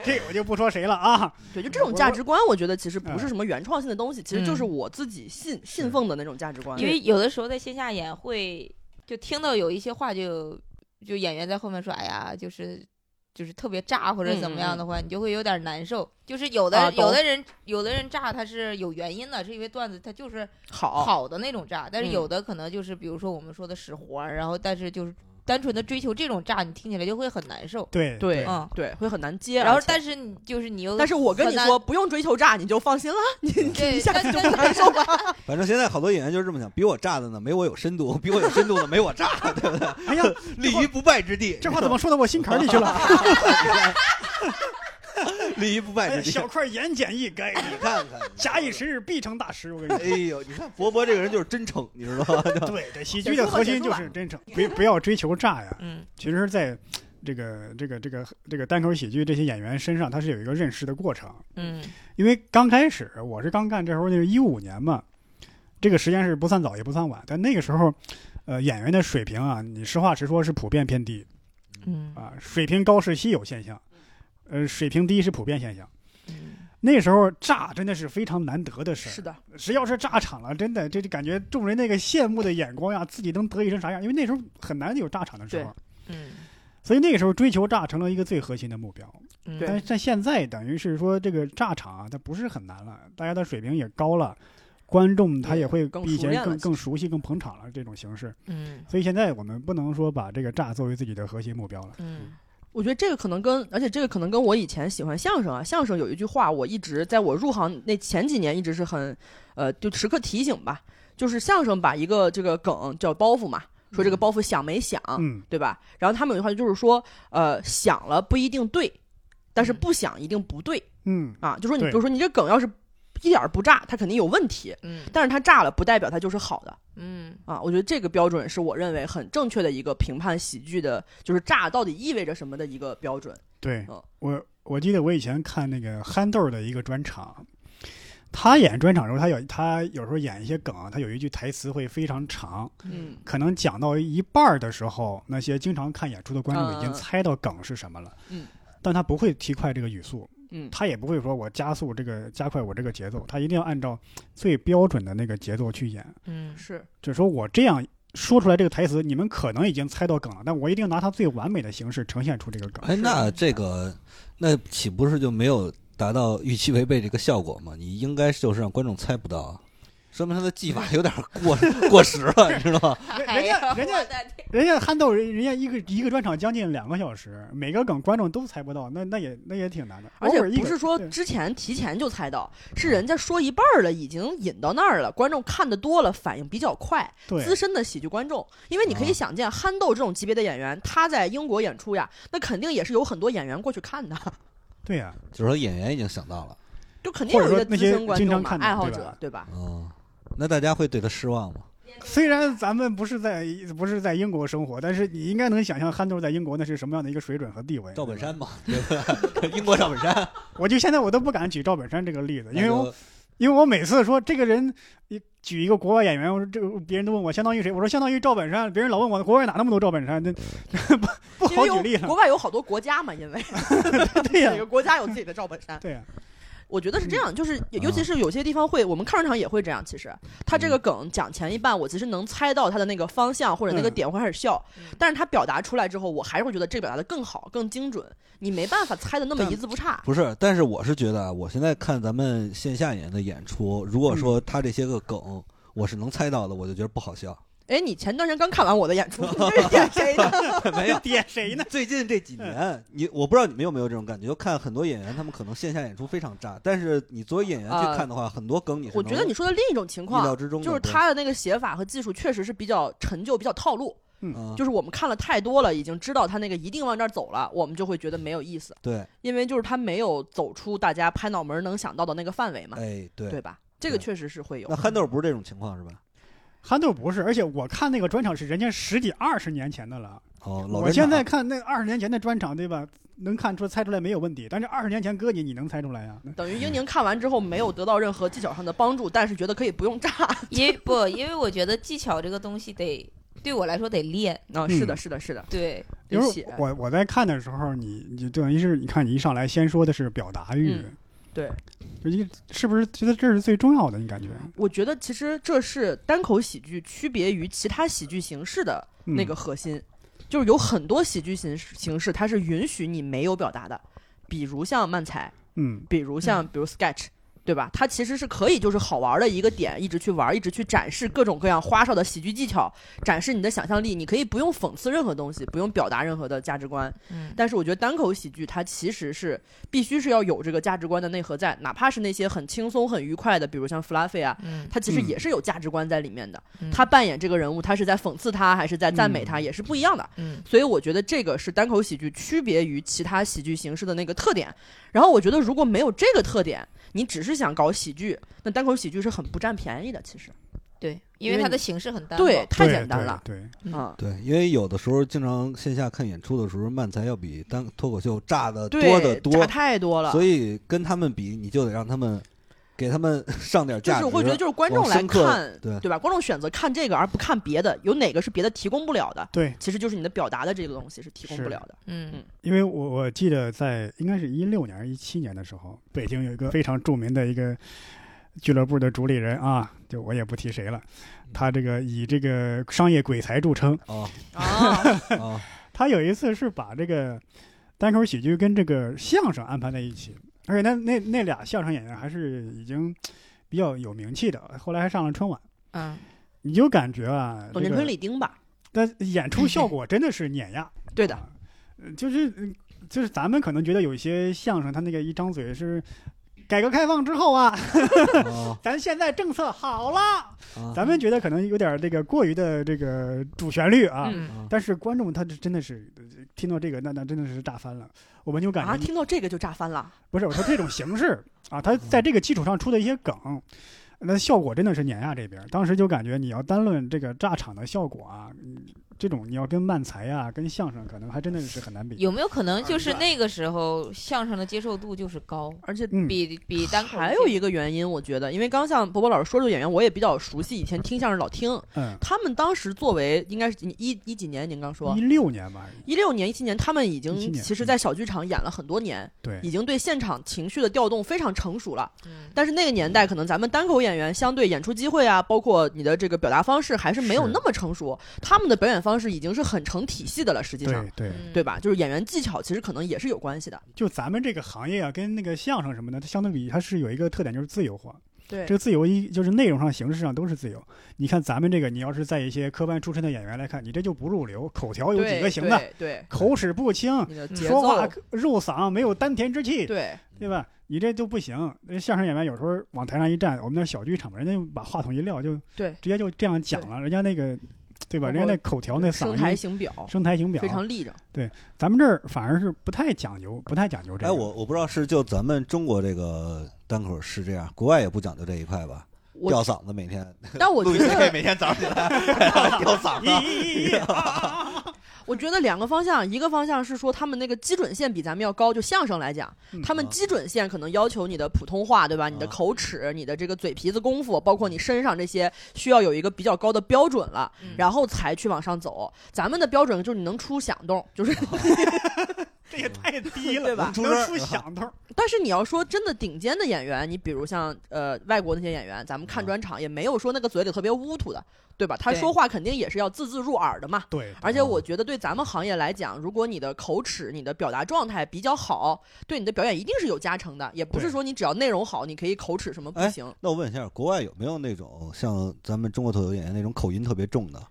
A: 这我就不说谁了啊。
D: 对，就这种价值观，我觉得其实不是
A: 嗯
D: 什么原创性的东西，其实就是
B: 嗯
D: 我自己信信奉的那种价值观。
B: 因为有的时候在线下演会，就听到有一些话就，就演员在后面说，哎呀，就是就是特别炸或者怎么样的话，你就会有点难受。就是有的、
D: 嗯啊懂
B: 有的人有的人炸他是有原因的，是因为段子他就是
D: 好，
B: 好的那种炸，但是
D: 哦嗯
B: 有的可能就是比如说我们说的死活儿，然后但是就是单纯的追求这种炸，你听起来就会很难受。
A: 对
D: 对
B: 嗯
D: 对，会很难接。
B: 然后
D: 而，且
B: 但是你就是你又，
D: 但是我跟你
B: 很难
D: 说，不用追求炸，你就
B: <laughs>
D: 放心了，你你
B: 对
D: 一下子
B: 但
D: 就
B: 但
D: 不 <laughs> 难受了。
C: 反正现在好多演员就是这么想，比我炸的呢没我有深度，比我有深度的没我炸，对不对？
A: 哎呀，
C: 立于不败之地，
A: 这话怎么说到我心坎里去了？
D: <laughs>
C: 立于不败
A: 哎
C: 之地？
A: 小块言简意赅，
C: 你看看，
A: 假以时日必成大师。我跟你
C: 哎
A: 说，
C: 呦，你看博博这个人就是真诚，你知道吗？
A: <laughs> 对对，喜剧的核心就是真诚，不不要追求炸呀。
B: 嗯
A: 其实，在这个这个这个这个单口喜剧这些演员身上，他是有一个认识的过程。
B: 嗯
A: 因为刚开始我是刚干这时候，就是一五年嘛，这个时间是不算早也不算晚，但那个时候，呃，演员的水平啊，你实话实说是普遍偏低
B: 嗯
A: 啊，水平高是稀有现象，呃，水平低是普遍现象。
B: 嗯
A: 那时候炸真的是非常难得的事儿，
D: 是的，
A: 谁要是炸场了，真的这就感觉众人那个羡慕的眼光呀，自己能得意成啥样？因为那时候很难有炸场的时候
D: 对，
B: 嗯
A: 所以那个时候追求炸成了一个最核心的目标。
B: 嗯，
A: 但是在现在，等于是说这个炸场啊，它不是很难了，大家的水平也高了，观众他也会
D: 更
A: 比以
D: 熟练
A: 前
D: 了
A: 更
D: 其
A: 更熟悉、更捧场了这种形式。
B: 嗯
A: 所以现在我们不能说把这个炸作为自己的核心目标了。
B: 嗯
D: 我觉得这个可能跟，而且这个可能跟我以前喜欢相声啊，相声有一句话，我一直在我入行那前几年一直是很，呃，就时刻提醒吧，就是相声把一个这个梗叫包袱嘛，说这个包袱响没响，
A: 嗯，
D: 对吧？然后他们有一句话就是说，呃，响了不一定对，但是不响一定不对
A: 嗯，
D: 啊，就说你
A: 对
D: 比如说你这梗要是一点儿不炸，它肯定有问题，
B: 嗯
D: 但是它炸了不代表它就是好的。
B: 嗯
D: 啊，我觉得这个标准是我认为很正确的一个评判喜剧的，就是炸到底意味着什么的一个标准。
A: 对
D: 哦
A: 我我记得我以前看那个憨豆儿的一个专场，他演专场的时候，他有他有时候演一些梗啊，他有一句台词会非常长，
D: 嗯，
A: 可能讲到一半儿的时候，那些经常看演出的观众已经
D: 嗯嗯嗯
A: 猜到梗是什么了。
D: 嗯。
A: 但他不会提快这个语速，
D: 嗯
A: 他也不会说我加速这个加快我这个节奏，他一定要按照最标准的那个节奏去演。
B: 嗯
D: 是，
A: 就是说我这样说出来这个台词，你们可能已经猜到梗了，但我一定拿它最完美的形式呈现出这个
D: <laughs>
A: 梗。
C: 哎，那这个，那岂不是就没有达到预期违背这个效果吗？你应该就是让观众猜不到啊，说明他的技法有点过过时了，你知道吗？ <laughs>
D: 哎
A: 人家人家
B: 我的天
A: 人家憨豆，人人家一个一个专场将近两个小时，每个梗观众都猜不到，那那也那也挺难的。
D: 而且
A: 偶尔一
D: 不
A: 个
D: 是说
A: 对
D: 之前提前就猜到，是人家说一半儿了，已经引到那儿了，观众看的多了，反应比较快，资
A: 对
D: 深的喜剧观众。因为你可以
C: 啊
D: 想见，憨豆这种级别的演员，他在英国演出呀，那肯定也是有很多演员过去看的，
A: 对呀、
C: 就是说演员已经想到了，
D: 就肯定有
A: 或
D: 一
A: 者说
D: 个资
A: 那些
D: 深观
A: 经常
D: 众嘛，
A: 看的
D: 爱好
A: 对
D: 者
A: 吧，
D: 对吧？
C: 嗯，那大家会对他失望吗？
A: 虽然咱们不是在不是在英国生活，但是你应该能想象憨豆在英国那是什么样的一个水准和地位。
C: 赵本
A: 对吧，
C: 山嘛，对不对？ <laughs> 英国赵本山，
A: 我就现在我都不敢举赵本山这个例子，因为
C: 那
A: 我
C: 就
A: 因为我每次说这个人，一举一个国外演员，我说这个别人都问我相当于谁，我说相当于赵本山，别人老问我国外哪那么多 <laughs> 赵本山，这不不
D: 因
A: 好
D: 为
A: 举例
D: 有
A: 了
D: 国。外有好多国家嘛，因为
A: 对呀、
D: 每个 <laughs> 国家有自己的赵本山。 <laughs>
A: 对呀、
D: 我觉得是这样，就是尤尤
C: 啊
D: 其是有些地方会，我们看专场也会这样。其实他这个
C: 嗯
D: 梗讲前一半，我其实能猜到他的那个方向或者那个
A: 嗯
D: 点，我会开始笑。
B: 嗯
D: 但是他表达出来之后，我还是会觉得这个表达的更好、更精准。你没办法猜的那么
C: 但
D: 一字不差。
C: <laughs> 不是，但是我是觉得啊，我现在看咱们线下演员的演出，如果说他这些个梗。我是能猜到的，我就觉得不好笑。
D: 哎，你前段时间刚看完我的
C: <laughs>
D: 演出，你这是点谁呢？
C: 没有，
A: 点谁呢？
C: <laughs> 最近这几
D: 嗯
C: 年，你我不知道你们有没有这种感觉，就看很多演员，他们可能线下演出非常炸，但是你作为演员去
D: 啊
C: 看的话，很多梗你是
D: 我觉得
C: 能
D: 你说的另一种情
C: 意料
D: 况，
C: 之中的，
D: 就是他的那个写法和技术确实是比较陈旧、比较套路。
C: 对，嗯，
D: 就是我们看了太多了，已经知道他那个一定往这儿走了，我们就会觉得没有意思，
C: 对，
D: 因为就是他没有走出大家拍脑门儿能想到的那个范围嘛。
C: 哎
D: 对
C: 对。
D: 吧？这个
C: 对
D: 确实是会有
C: 那。憨豆不是这种情况是吧？
A: 憨豆不是，而且我看那个专场是人家十几二十年前的了，
C: 哦，老
A: 我
C: 人
A: 现在
C: 场
A: 看那二十年前的专场，对吧？能看出猜出来没有问题，但是二十年前搁你，你能猜出来呀、啊
D: 等于英宁看完之后没有得到任何技巧上的帮助，但是觉得可以不用炸。
B: 因为不，因为我觉得技巧这个东西得对我来说得练，
D: 啊，是的，是的，是的，
B: 对，
A: 因
D: 有
A: 为
D: 写，
A: 我我在看的时候，你你等于是你看你一上来先说的是表达欲，
D: 嗯对，
A: 就一是不是觉得这是最重要的？你感觉、
D: 我觉得其实这是单口喜剧区别于其他喜剧形式的
A: 嗯、
D: 那个核心，就是有很多喜剧形式形式它是允许你没有表达的，比如像漫才，
A: 嗯
D: 比如像比如 sketch，对吧？它其实是可以就是好玩的一个点，一直去玩，一直去展示各种各样花哨的喜剧技巧，展示你的想象力。你可以不用讽刺任何东西，不用表达任何的价值观。
B: 嗯
D: 但是我觉得单口喜剧它其实是必须是要有这个价值观的内核在，哪怕是那些很轻松很愉快的，比如像弗拉菲啊，
B: 嗯，
D: 它其实
C: 嗯
D: 也是有价值观在里面的。
B: 嗯
D: 他扮演这个人物，他是在讽刺他，还是在赞美他，
A: 嗯
D: 也是不一样的。
B: 嗯
D: 所以我觉得这个是单口喜剧区别于其他喜剧形式的那个特点。然后我觉得如果没有这个特点，你只是想搞喜剧，那单口喜剧是很不占便宜的。其实
B: 对，
D: 因
B: 因
D: 为
B: 为它
D: 你
B: 的形式很单薄，
D: 对，太
A: 对
D: 简单了。
A: 对对
B: 嗯
D: 啊、
C: 对，因为有的时候经常线下看演出的时候，漫才要比单脱口秀炸的多
D: 对
C: 得，多，
D: 差太多了。
C: 所以跟他们比，你就得让他们给他们 <laughs> 上点
D: 就
C: 价值。
D: 是我觉得就是观众
C: 往
D: 来
C: 深刻
D: 看，
C: 对
A: 嗯
D: 对吧？观众选择看这个而不看别的，有哪个是别的提供不了的？
A: 对，
D: 其实就是你的表达的这个东西是提供不了的。
B: 嗯
A: 因为我我记得在应该是一六年还是一七年的时候，北京有一个非常著名的一个俱乐部的主理人啊，就我也不提谁了，他这个以这个商业鬼才著称，
C: 啊
D: 嗯 <laughs>
B: 哦，
C: 啊，
A: 他有一次是把这个单口喜剧跟这个相声安排在一起，而且那那那俩相声演员还是已经比较有名气的，后来还上了春晚。
B: 嗯
A: 你就感觉啊，
D: 董
A: 这
D: 建
A: 个
D: 春、李丁吧，
A: 但演出效果真的是碾压，
D: 对的，
A: 呃就是嗯就是咱们可能觉得有一些相声，他那个一张嘴是。改革开放之后啊， <laughs>
C: 啊
A: 咱现在政策好了，
C: 啊
A: 咱们觉得可能有点这个过于的这个主旋律啊，
B: 嗯
C: 啊
A: 但是观众他这真的是呃听到这个，那那真的是炸翻了。我们就感觉
D: 啊，听到这个就炸翻了。
A: 不是我说这种形式啊，他在这个基础上出的一些梗，那效果真的是碾压这边。当时就感觉你要单论这个炸场的效果啊，嗯这种你要跟漫才啊、跟相声，可能还真的是很难比。
B: 有没有可能就是那个时候相声的接受度就是高，
D: 而且
A: 嗯，
B: 比比单口
D: 还有
B: 一
D: 一个原因，我觉得，因为刚像波波老师说这个演员，我也比较熟悉，以前听相声老听。
A: 嗯，
D: 他们当时作为应该是一一几年，您刚说
A: 一六年吧，
D: 一六年、一七年，他们已经
A: 17年嗯
D: 其实在小剧场演了很多年，
A: 对
D: 已，经对现场情绪的调动非常成熟了。
B: 嗯
D: 但是那个年代，可能咱们单口演员相对演出机会啊，包括你的这个表达方式，还是没有
A: 是
D: 那么成熟。他们的表演方式已经是很成体系的了，实际上
A: 对，对，
B: 嗯
D: 对吧？就是演员技巧其实可能也是有关系的。
A: 就咱们这个行业啊，跟那个相声什么的，它相对比它是有一个特点，就是自由化。
D: 对
A: 这个自由一就是内容上、形式上都是自由。你看咱们这个，你要是在一些科班出身的演员来看，你这就不入流，口条有几
D: 对
A: 个行的，
D: 对对，
A: 口齿不清，
D: 你的
B: 嗯
A: <laughs>
D: 节
A: 说
D: 奏
A: 话肉嗓，没有丹田之气，
D: 对
A: 对吧？你这就不行。那相声演员有时候往台上一站，我们那小剧场嘛，人家就把话筒一撂，就
D: 对
A: 直接就这样讲了。人家那个，对吧？
D: 包括
A: 人家那口条、那嗓
D: 声台
A: 音、
D: 形表
A: 声台形表
D: 非，常立正。
A: 咱们这儿反而是不太讲究，不太讲究这
C: 哎，
A: 个。 <laughs>
C: 我我不知道是就咱们中国这个单口是这样，国外也不讲究这一块吧？
D: 我
C: 吊嗓子每天，
D: 但我觉
C: 录音
D: 得，
C: 每天早上起 <laughs> 来吊
A: 咦
C: 嗓子，
A: 咦咦咦
D: 我觉得两个方向，一个方向是说他们那个基准线比咱们要高，就相声来讲，
A: 嗯
D: 他们基准线可能要求你的普通话，对吧？你的口齿、你的这个嘴皮子功夫，包括你身上这些，需要有一个比较高的标准了，
B: 嗯
D: 然后才去往上走。咱们的标准就是你能出响动，就是，
A: 这也太低了，
D: 对吧
A: 能出响头。
D: 但是你要说真的顶尖的演员，你比如像呃外国那些演员，咱们看
C: 啊
D: 专场也没有说那个嘴里特别乌突的，对吧？他
B: 对
D: 说话肯定也是要字字入耳的嘛。
A: 对，
D: 而且我觉得对咱们行业来讲，如果你的口齿、你的表达状态比较好，对你的表演一定是有加成的。也不是
A: 对
D: 说你只要内容好，你可以口齿什么不
C: 哎
D: 行。
C: 那我问一下，国外有没有那种像咱们中国脱口秀演员那种口音特别重的？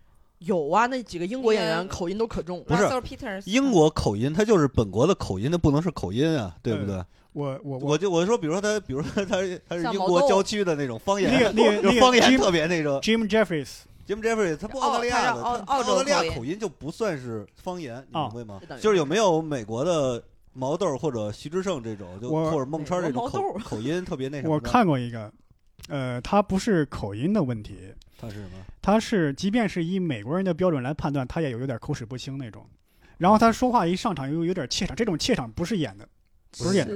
D: 有啊，那几个英国演员
B: 嗯
D: 口音都可重。
C: 不是
B: Russell Peters
C: 英国口音，它就是本国的口音，它不能是口音啊，对不对？
A: 我我我
C: 我就我说，比如说他，比如说他他是
D: 像
C: 英
D: 毛
C: 国
D: 豆
C: 郊区的那种方言，
A: 那个那个
C: <laughs> 就
A: 那个
C: 方言
A: Jim-
C: 特别那种。
A: Jim Jeffries，
C: Jim Jeffrey 他不
D: 哦
C: 澳大利亚的，
B: 澳
C: 他
B: 他是澳
C: 他大利亚
B: 澳洲口音
C: 口音就不算是方言，你
A: 哦
C: 明白吗
D: 这等？于
C: 就是有没有美国的毛豆或者徐志胜这种，就
A: 我
C: 或者孟川这种
D: 美国毛
C: 口
D: 豆
C: 口音特别那什么
A: 我
C: 的？
A: 看过一个，呃，他不是口音的问题，
C: 他是什么？
A: 他是即便是以美国人的标准来判断，他也有有点口齿不清那种。然后他说话一上场又有点怯场，这种怯场不是演的，不是演的，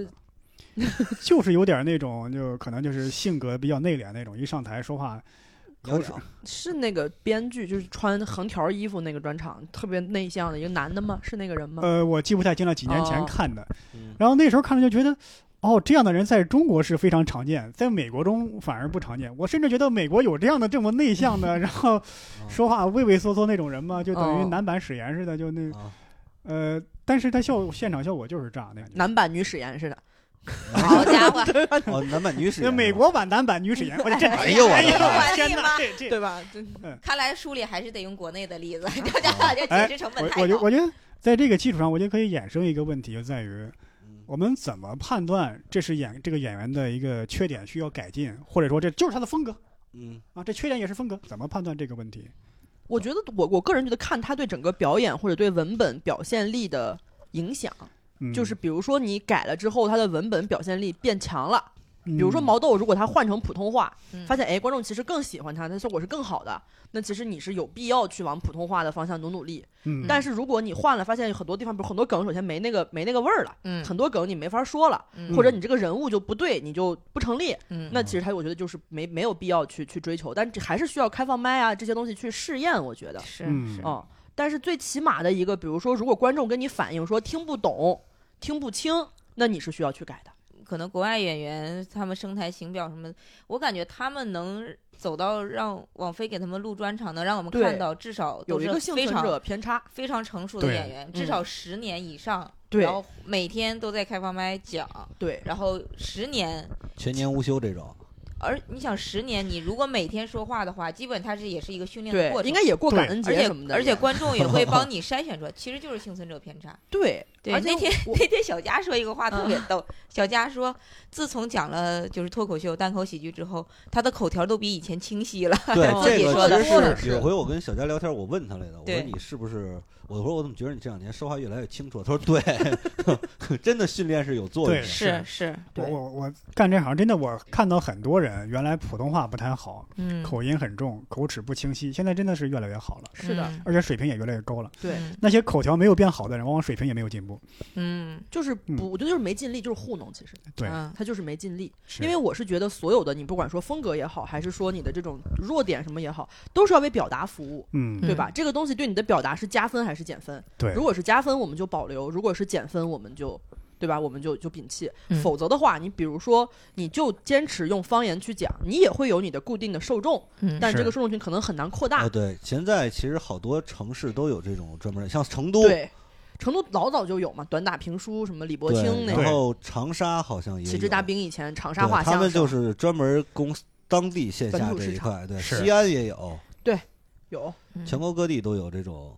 A: 就是有点那种就可能就是性格比较内敛那种，一上台说话
C: 有
A: 口
C: 点
A: 齿
D: 是那个编剧，就是穿横条衣服那个专场，特别内向的一个男的吗？是那个人吗？
A: 呃，我记不太清了，几年前
D: 哦
A: 看的。
C: 嗯
A: 然后那时候看着就觉得，哦，这样的人在中国是非常常见，在美国中反而不常见。我甚至觉得美国有这样的这么内向
C: <laughs>
A: 的，然后
C: 嗯
A: 说话畏畏缩缩那种人嘛，就等于
D: 哦
A: 男版史岩似的，就那
C: 啊，
A: 呃，但是他效现场效果就是炸那样。
D: 男版女史岩似的。
B: 好家拿过来。
C: 哦，男版女史
A: 那
C: 炎
A: <laughs> 美
C: 是吧
A: 国版男版女史炎，我这
C: 哎呦我的
A: 哎呦
C: 妈
A: 我天哪，这这
D: 对吧？这
B: 看来书里还是得用国内的例子，大家大家解释成本
A: 我
B: 太
A: 我觉
B: 高。
A: 我觉得在这个基础上，我就可以衍生一个问题，就在于
C: 嗯
A: 我们怎么判断这是演这个演员的一个缺点需要改进，或者说这就是他的风格
C: 嗯，
A: 啊，这缺点也是风格，怎么判断这个问题？
D: <laughs> 我觉得我我个人觉得看他对整个表演或者对文本表现力的影响，
A: 嗯、
D: 就是比如说你改了之后，他的文本表现力变强了。
A: 比
D: 比如说毛豆，如果他换成普通话，
B: 嗯
D: 发现哎观众其实更喜欢他，他效果是更好的，那其实你是有必要去往普通话的方向努努力。
A: 嗯，
D: 但是如果你换了，发现很多地方，比如很多梗，首先没那个没那个味儿了，
B: 嗯
D: 很多梗你没法说了，
B: 嗯
D: 或者你这个人物就不对，你就不成立。
B: 嗯
D: 那其实他我觉得就是没没有必要去去追求，但这还是需要开放麦啊这些东西去试验，我觉得。
B: 是
A: 嗯
B: 是
A: 对
D: 嗯，但是最起码的一个，比如说，如果观众跟你反映说听不懂、听不清，那你是需要去改的。
B: 可能国外演员他们声台形表什么的，我感觉他们能走到让网飞给他们录专场，能让我们
D: 对
B: 看到，至少
D: 有
B: 都
D: 一
B: 是
D: 个幸
B: 非
D: 存
B: 常
D: 者偏差，
B: 非常成熟的
A: 对
B: 演员，至
D: 嗯
B: 少十年以上，
D: 对
B: 然后每天都在开放麦讲，
D: 对，
B: 然后十年。
C: 全年无休这种，
B: 而你想，十年你如果每天说话的话，基本它是也是一个训练的
D: 对
B: 过，程，
D: 应该也过
A: 对
D: 感恩
B: 而
D: 节什么
B: 且
D: 的，
B: 而且观众也
D: <laughs>
B: 会帮你筛选出来，其实就是幸存者偏差。
D: 对，
B: <laughs> 对，
D: 而且
B: 那天
D: 我
B: 那天小佳说一个话特别逗，小佳说，自从讲了就是脱口秀、单口喜剧之后，他的口条都比以前清晰了。 <laughs>
C: 对
D: 哦
C: 这
B: 自己说
C: 个
B: 的
C: 其实
D: 是
C: 是有回我跟小佳聊天，我问他来的，我说
B: 对
C: 你是不是？我说我怎么觉得你这两年说话越来越清楚？他说对， <laughs> 真的训练是有作用
A: 对
C: 的。
A: 是
B: 是，
A: 我
D: 对
A: 我我干这行真的，我看到很多人原来普通话不太好，
B: 嗯，
A: 口音很重，口齿不清晰，现在真的是越来越好了，
D: <laughs> 是的，
B: 嗯
A: 而且水平也越来越高了。
D: 对，
A: 那些口条没有变好的人，往往水平也没有进步。
B: 嗯，
D: 就是
A: 嗯
D: 不，我觉得就是没尽力，就是糊弄，其实
A: 对
B: 嗯，
D: 他就是没尽力。
A: 是
D: 因为我是觉得所有的，你不管说风格也好，还是说你的这种弱点什么也好，都是要为表达服务。
A: 嗯，
D: 对吧？这个东西对你的表达是加分还是减分？
A: 对
D: 如果是加分，我们就保留；如果是减分，我们就，对吧？我们就就摒弃。
B: 嗯
D: 否则的话，你比如说，你就坚持用方言去讲，你也会有你的固定的受众，
B: 嗯
D: 但
A: 是哦
D: 这个受众群可能很难扩
C: 啊，
D: 大。
C: 对，现在其实好多城市都有这种专门的，像成都，
D: 对，成都老早就有嘛，短打评书什么李伯
C: 对
D: 清那
A: 对
C: 然
D: 种，
C: 后长沙好像也
D: 旗帜
C: 有
D: 大兵以前长沙
C: 对
D: 话
C: 他
D: 相
C: 们
D: 声
C: 就是专门供当地线
D: 本
C: 下
D: 土
C: 这
D: 市
C: 一
D: 场嗯
C: 块，对，
A: 是
C: 西安也有，
D: 有，
C: 全国各地都有这种。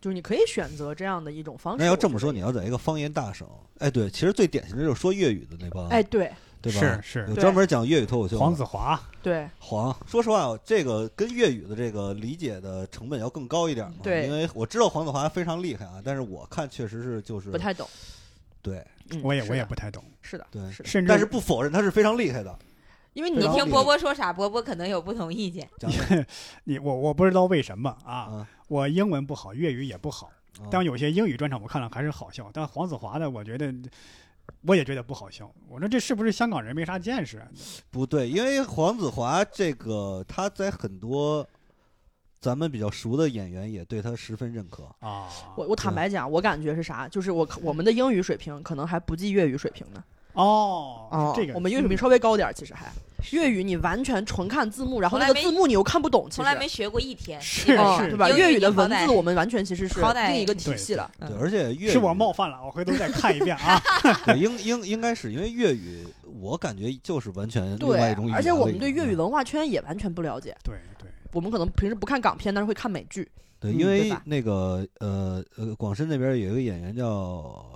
D: 就是你可以选择这样的一种方式。
C: 那要这
D: 我
C: 么
D: 觉
C: 说，
D: 得
C: 你要在一个方言大省，哎，对，其实最典型的就是说粤语的那帮，
D: 哎，，对
C: 对吧？
A: 是是
C: 有
D: 对
C: 专门讲粤语脱口秀的。
A: 黄子华，
D: 对
C: 黄，说实话，这个跟粤语的这个理解的成本要更高一点嘛。
D: 对
C: 因为我知道黄子华非常厉害啊，但是我看确实是就是
D: 不太懂，
C: 对
D: 嗯
A: 我也
D: 是
A: 我也
D: 的
A: 不太懂，
D: 是的，
C: 对
D: 是的，啊
A: 甚至
C: 但是不否认他是非常厉害的。
D: 因为你
B: 你
C: 然后
B: 听
C: 你
B: 波波说啥，波波可能有不同意见。
C: 讲讲
A: 你我我不知道为什么啊，
C: 啊，
A: 我英文不好，粤语也不好。
C: 啊
A: 当有些英语专场我看了还是好笑，但黄子华的我觉得我也觉得不好笑。我说这是不是香港人没啥见识啊？
C: 不对，因为黄子华这个他在很多咱们比较熟的演员也对他十分认可。
A: 啊
D: 我我坦
C: 对
D: 白讲，我感觉是啥？就是我我们的英语水平可能还不及粤语水平呢。
A: 哦，
D: 哦，
A: 是这个
D: 我们英语水平稍微高点儿，其实还粤语你完全纯看字幕，然后
B: 从来
D: 那个
B: 没
D: 字幕你又看不懂，其实
B: 从来没学过一天，
A: 是
B: 基本
D: 哦
B: 上
A: 是
D: 对吧？
B: 英
D: 粤语的
B: 你好
D: 文字
B: 歹
D: 我们完全其实是
B: 好歹
D: 另一个体系了。
C: 对，
B: 嗯
C: 而且粤语
A: 是我冒犯了，我回头再看一遍啊。
C: 对应应应该是因为粤语，我感觉就是完全另外
D: 对
C: 一种语，言嗯
D: 而且我
C: 了
D: 们
C: 已
D: 对
C: 经
D: 粤语文化圈也完全不了解。
A: 对对，
D: 我们可能平时不看港片，但是会看美剧。
A: 嗯
C: 对，因
D: 对
C: 为
D: 吧
C: 那个呃呃，广深那边有一个演员叫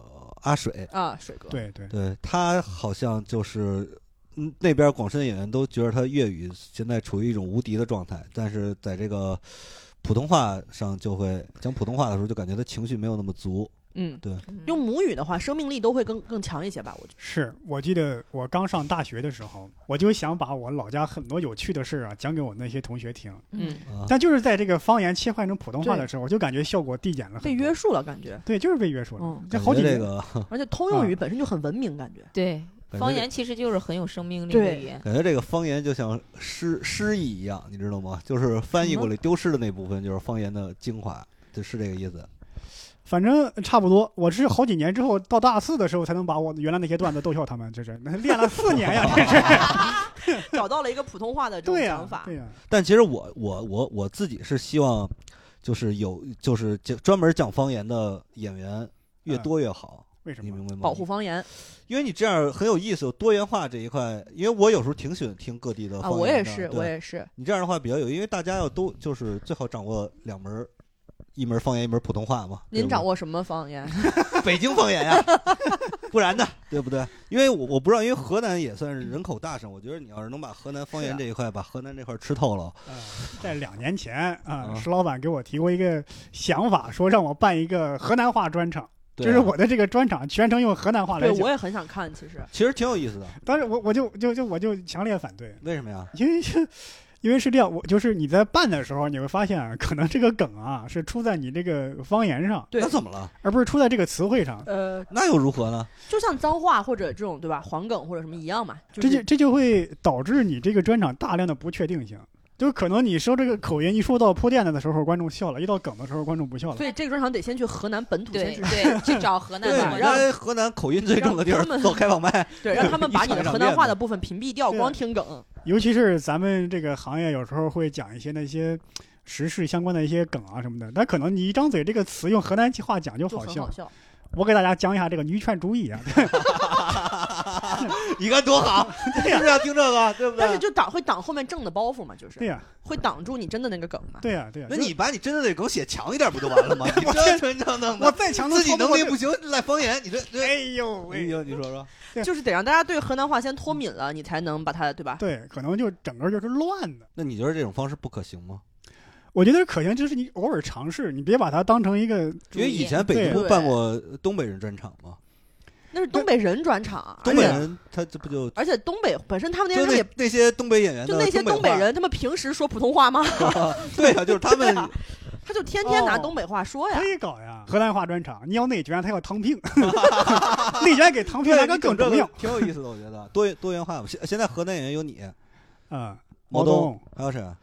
C: 阿水，
D: 啊，水哥，
A: 对对，
C: 对他好像就是。嗯，那边广深的演员都觉得他粤语现在处于一种无敌的状态，但是在这个普通话上就会讲普通话的时候，就感觉他情绪没有那么足。
D: 嗯，
B: 嗯
D: 用母语的话，生命力都会更更强一些吧？我觉
A: 是我记得我刚上大学的时候，我就想把我老家很多有趣的事儿啊讲给我那些同学听，
D: 得，嗯，
C: 啊，
A: 但就是在这个方言切换成普通话的时候，我就感觉效果递减了很
D: 被
A: 多
D: 约束了感觉，
A: 对，就是被约束了。
D: 嗯，
A: 这
C: 感
A: 好
C: 觉
A: 几
C: 这
A: 年
C: 个
D: 而且通用语
A: 啊
D: 本身就很文明，感觉
B: 对
C: 本身
B: 方
C: 这
B: 言其实就是很有生命力的
D: 对
B: 语言。
C: 感觉这个方言就像诗诗意一样，你知道吗？就是翻译过来丢失的那部分，就是方言的精华，就是这个意思。
A: 反正差不多，我是好几年之后到大四的时候才能把我原来那些段子逗笑他们，这是那练了四年呀，这是
D: 找到了一个普通话的这种
A: 对呀、
D: 想法
A: 对。呀、
C: 但其实我我我我自己是希望，就是有就是就专门讲方言的演员越多越好，
A: 为什
C: 你
A: 么？
C: 明白吗？
D: 保护方言
C: 因为你这样很有意思，有多元化这一块。因为我有时候挺喜欢听各地的
D: 啊，
C: 嗯方言的
D: 我也是，
C: 对
D: 我也是，
C: 你这样的话比较有，因为大家要都就是最好掌握两门儿，一门儿方言，一门儿普通话嘛。
D: 您掌
C: 握
D: 握什么方言？
C: <laughs> 北京方言呀、 <laughs> 不然呢，对不对？因为我我不知道，因为河南也算是人口大省，我觉得你要是能把河南方
D: 是
C: 言
D: 啊
C: 这一块，把河南这块吃透了，
A: 呃在两年前啊，
C: 啊
A: 石老板给我提过一个想法，说让我办一个河南话专场，
C: 对啊
A: 就是我的这个专场全程用河南话来
D: 对，
A: 讲
D: 我。也很想看，其实
C: 其实挺有意思的。
A: 当时我我就就就我就强烈反对，
C: 为什么呀？
A: 因为是。因为是这样，我就是你在办的时候，你会发现啊，可能这个梗啊是出在你这个方言上，
D: 对
C: 那怎么了？
A: 而不是出在这个词汇上。
D: 呃，
C: 那又如何呢？
D: 就像脏话或者这种对吧，黄梗或者什么一样嘛，就
A: 这就是这就会导致你这个专场大量的不确定性，就可能你说这个口音一说到铺垫的时候，观众笑了；一到梗的时候，观众不笑了。
D: 所以这个专场得先去河南本土先
B: 对
D: 去，
B: 对，去找河南的
C: 对，
D: 让
B: 观
C: 人
B: 众。
C: 家河南口音最重的地儿
D: 让他们
C: 做开放
D: <laughs>
C: 麦，
D: 对，让他们把你的河南话的部分屏蔽掉，
A: 对
D: 光听梗。
A: 尤其是咱们这个行业，有时候会讲一些那些时事相关的一些梗啊什么的，但可能你一张嘴这个词用河南话讲就
D: 就
A: 好
D: 很
A: 笑
D: 好。笑，
A: 我给大家讲一下这个女权主义啊，
C: 你看多好，是不是要听这个？对不对？
D: 但是就挡会挡后面正的包袱嘛，就是
A: 对呀、
D: 会挡住你真的那个梗嘛。
A: 对呀、
D: <laughs>
A: 对呀、
C: 那你把你真的那梗写强一点不就完了 <laughs> 吗？你
B: <laughs>
C: 这纯正正
A: 我
C: 的，
A: 再强
C: 自己能力
A: 不？
C: 不行赖方言，你这这。
A: 哎呦
C: <laughs> 哎
A: 喂！
C: 呦，你说说，
D: 就是得让大家对河南话先脱敏了，你才能把它对吧？
A: 对，可能就整个就是乱的。
C: <laughs> 那你觉得这种方式不可行吗？
A: 我觉得可行，就是你偶尔尝试，你别把它当成一
D: <laughs>
A: 个
C: 因为以前北京不
D: 对
C: 办过东北人专场吗？
D: 那是东北人专场，啊
C: 东北人他这不就
D: 而且，而且东北本身他们那些
C: 就
D: 人他们
C: 哎那
D: 也
C: 那些东北演员的
D: 就那些东
C: 东
D: 北
C: 话，
D: 人，他们平时说普通话吗？ <laughs>
C: 对啊，就是他们 <laughs>
D: 对啊他就天天拿
A: 哦
D: 东北话说呀
A: 可。以搞呀。河南话专场，你要内卷，他
D: <laughs>
A: 要糖 <laughs> 饼，内卷给糖饼来个更重要，
C: 挺有意思的，我觉得多元多元化嘛。现现在河南演员有你，
A: 啊。
C: 毛
A: 东，
C: 还有谁啊？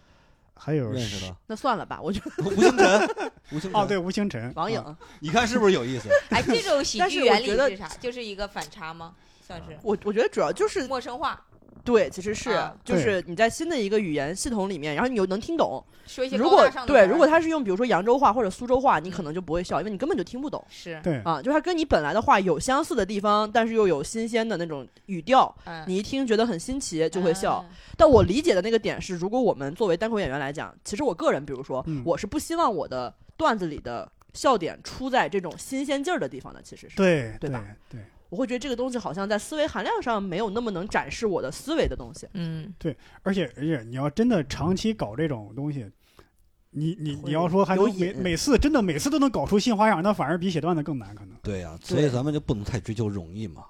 A: 还有
C: 认 <laughs> 识的
D: 那算了吧，我觉得
C: 吴星辰，吴星辰
A: 哦，，对，吴星辰，
D: 王颖
A: 啊，
C: 你看是不是有意思？
B: 哎，这种喜
D: 但是
B: 剧
D: 我
B: 原理
D: 觉得
B: 是啥？就是一个反差吗？算是
D: 我我觉得主要就是
B: 陌生化，
D: 对，其实是、
B: 啊
D: 就是你在新的一个语言系统里面，然后你又能听懂。
B: 说一些
D: 如
B: 高
D: 果
B: 大上的词嗯
D: 对，
B: 儿
D: 如果他是用比如说扬州话或者苏州话，你可能就不会笑，因为你根本就听不懂
B: 是
A: 嗯对，
D: 啊。就是它跟你本来的话有相似的地方，但是又有新鲜的那种语调，
B: 嗯，
D: 你一听觉得很新奇就会笑。
B: 嗯，
D: 但我理解的那个点是，如果我们作为单口演员来讲，其实我个人，比如说，
A: 嗯
D: 我是不希望我的段子里的笑点出在这种新鲜劲儿的地方的。其实是，
A: 对，
D: 对
A: 对
D: 吧，
A: 对，
D: 我会觉得这个东西好像在思维含量上没有那么能展示我的思维的东西。
B: 嗯，
A: 而且而且，你要真的长期搞这种东西，你你
D: 会
A: 你要说还能
D: 有
A: 每
D: 瘾
A: 每次真的每次都能搞出新花样，那反而比写段子更难，可能。
C: 对呀、所以
D: 对
C: 咱们就不能太追求容易嘛，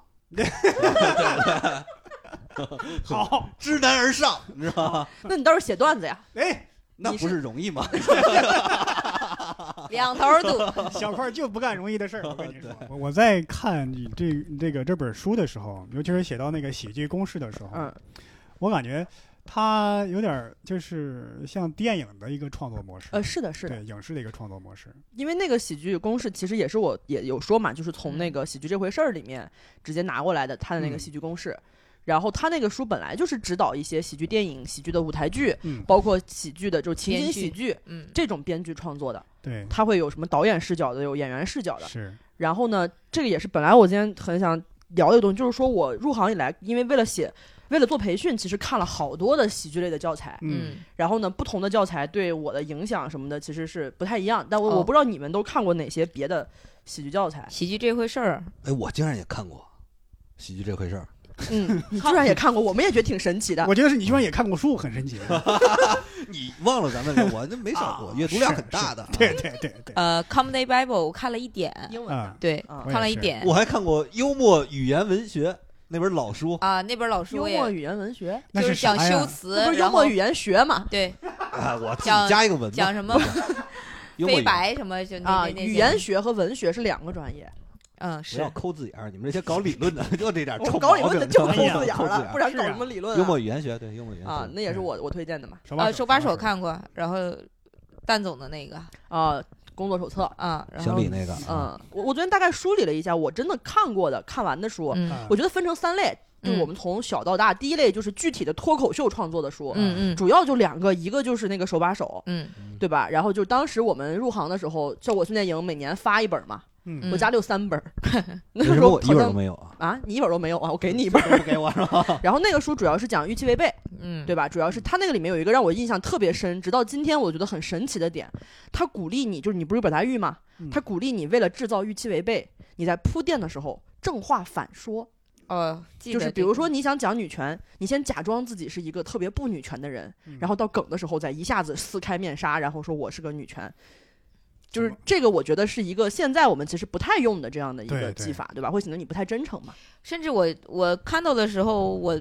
A: <laughs> 好，
C: 知难而上，你知道吗？
D: 那你倒是写段子呀，
A: 哎，
C: 那
D: 你
C: 不
D: 是
C: 是容易吗？
B: <laughs> 两头
D: <laughs>
B: 儿堵，
A: 小块儿就不干容易的事儿。我跟你说，我我在看你这这个这本书的时候，尤其是写到那个喜剧公式的时候，
D: 嗯，
A: 我感觉它有点儿就是像电影的一个创作模式，
D: 呃，是的，是的，
A: 对影视的一个创作模式。
D: 因为那个喜剧公式其实也是我也有说嘛，就是从那个喜剧这回事儿里面直接拿过来的，他的那个
A: 嗯
D: 喜剧公式。然后他那个书本来就是指导一些喜剧电影、喜剧的舞台剧，
A: 嗯，
D: 包括喜剧的就是情景
B: 编
D: 喜剧
B: 嗯，
D: 这种编剧创作的，
A: 对，
D: 他会有什么导演视角的，有演员视角的。
A: 是，
D: 然后呢，这个也是本来我今天很想聊的东西，就是说我入行以来，因为为了写，为了做培训，其实看了好多的喜剧类的教材。
A: 嗯，
B: 嗯，
D: 然后呢，不同的教材对我的影响什么的其实是不太一样。但我、
B: 哦
D: 我不知道你们都看过哪些别的喜剧教材
B: <laughs> 。喜剧这回事儿，
C: 哎，我竟然也看过喜剧这回事儿，
D: 嗯，你居然也看过，我们也觉得挺神
A: <laughs>
D: 奇的。嗯
A: 我觉得是你居然也看过书，很神奇。 <laughs>
C: 你忘了咱们聊，我那没少过，
A: 啊
C: 阅读量很
A: 是
C: 大的、啊。
A: 对对对
D: <laughs>
A: 对，
B: 呃，《Comedy Bible》我看了一点，
D: 英文
A: 啊
D: 的，
B: 对，
D: 啊
A: 我也
B: 看了一
A: 是
B: 点
C: 我还看过《幽默语言文学》那本老书，
B: 啊，那本老师
D: 幽
B: 我也
D: 默语言文学，
A: 那
B: 就是
A: 啥
B: 讲修
A: 呀？
B: 辞，
D: 这不是幽
B: 然
D: 默
B: 后
D: 语言学嘛？ <laughs>
B: 对，
C: 啊，我自己
B: 讲
C: 加一个文吧
B: 讲什么
C: 幽默
B: 非
C: 语言
B: 白什么就那
D: 啊，
B: 那那
D: 语
B: 些
D: 言学和文学是两个专业，
B: 嗯
C: 不要
B: 是
C: 抠字眼儿，你们这些搞理论的 <laughs> 就这点儿
D: 我
C: 啊臭
D: 搞理
C: 毛
D: 论的
C: 病
D: 就抠
C: 哎
D: 字
C: 呀
D: 眼
C: 抠
D: 儿了，不然
A: 是
D: 搞
A: 啊
D: 什么理论啊？
C: 幽默语言学，对幽默语言学
D: 啊，那也是我我推荐的嘛。
A: 手把
B: 呃手把手
A: 手，
B: 看过，然后蛋总的那个
D: 啊，工作手册，
B: 啊，然
C: 小
B: 后
C: 李那个，啊
D: 嗯，我我昨天大概梳理了一下，我真的看过的、看完的书，
B: 嗯
D: 我觉啊得分成三类，就
B: 嗯
D: 我们从小到大，第一类就是具体的脱口秀创作的书，
B: 嗯嗯
D: 主要就两个，一个就是那个手把手，
B: 嗯
D: 对吧？然后就当时我们入行的时候，效果训练营每年发一本嘛，
A: 嗯
D: 我家里有三本儿，那
B: <laughs>
C: 为
D: 时
C: 什么
D: 候
C: 我一
D: 好
C: 本都
D: 像
C: 没有啊？
D: 啊，你一本儿都没有啊，我给你一本儿。 <laughs>
C: 不给我是吧？
D: 然后那个书主要是讲预期违背，
B: 嗯，
D: 对吧？主要是他那个里面有一个让我印象特别深，直到今天我觉得很神奇的点，他鼓励你，就是你不是表达欲吗
A: 嗯？
D: 他鼓励你为了制造预期违背，你在铺垫的时候正话反说，
B: 哦，记
D: 就是
B: 得
D: 比
B: 这
D: 如
B: 个
D: 说你想讲女权，你先假装自己是一个特别不女权的人，
A: 嗯
D: 然后到梗的时候再一下子撕开面纱，然后说我是个女权。就
A: 什
D: 是
A: 么
D: 这个，我觉得是一个现在我们其实不太用的这样的一
A: 对
D: 个
A: 对
D: 技法，对吧？会显得你不太真诚嘛。
B: 甚至我我看到的时候，我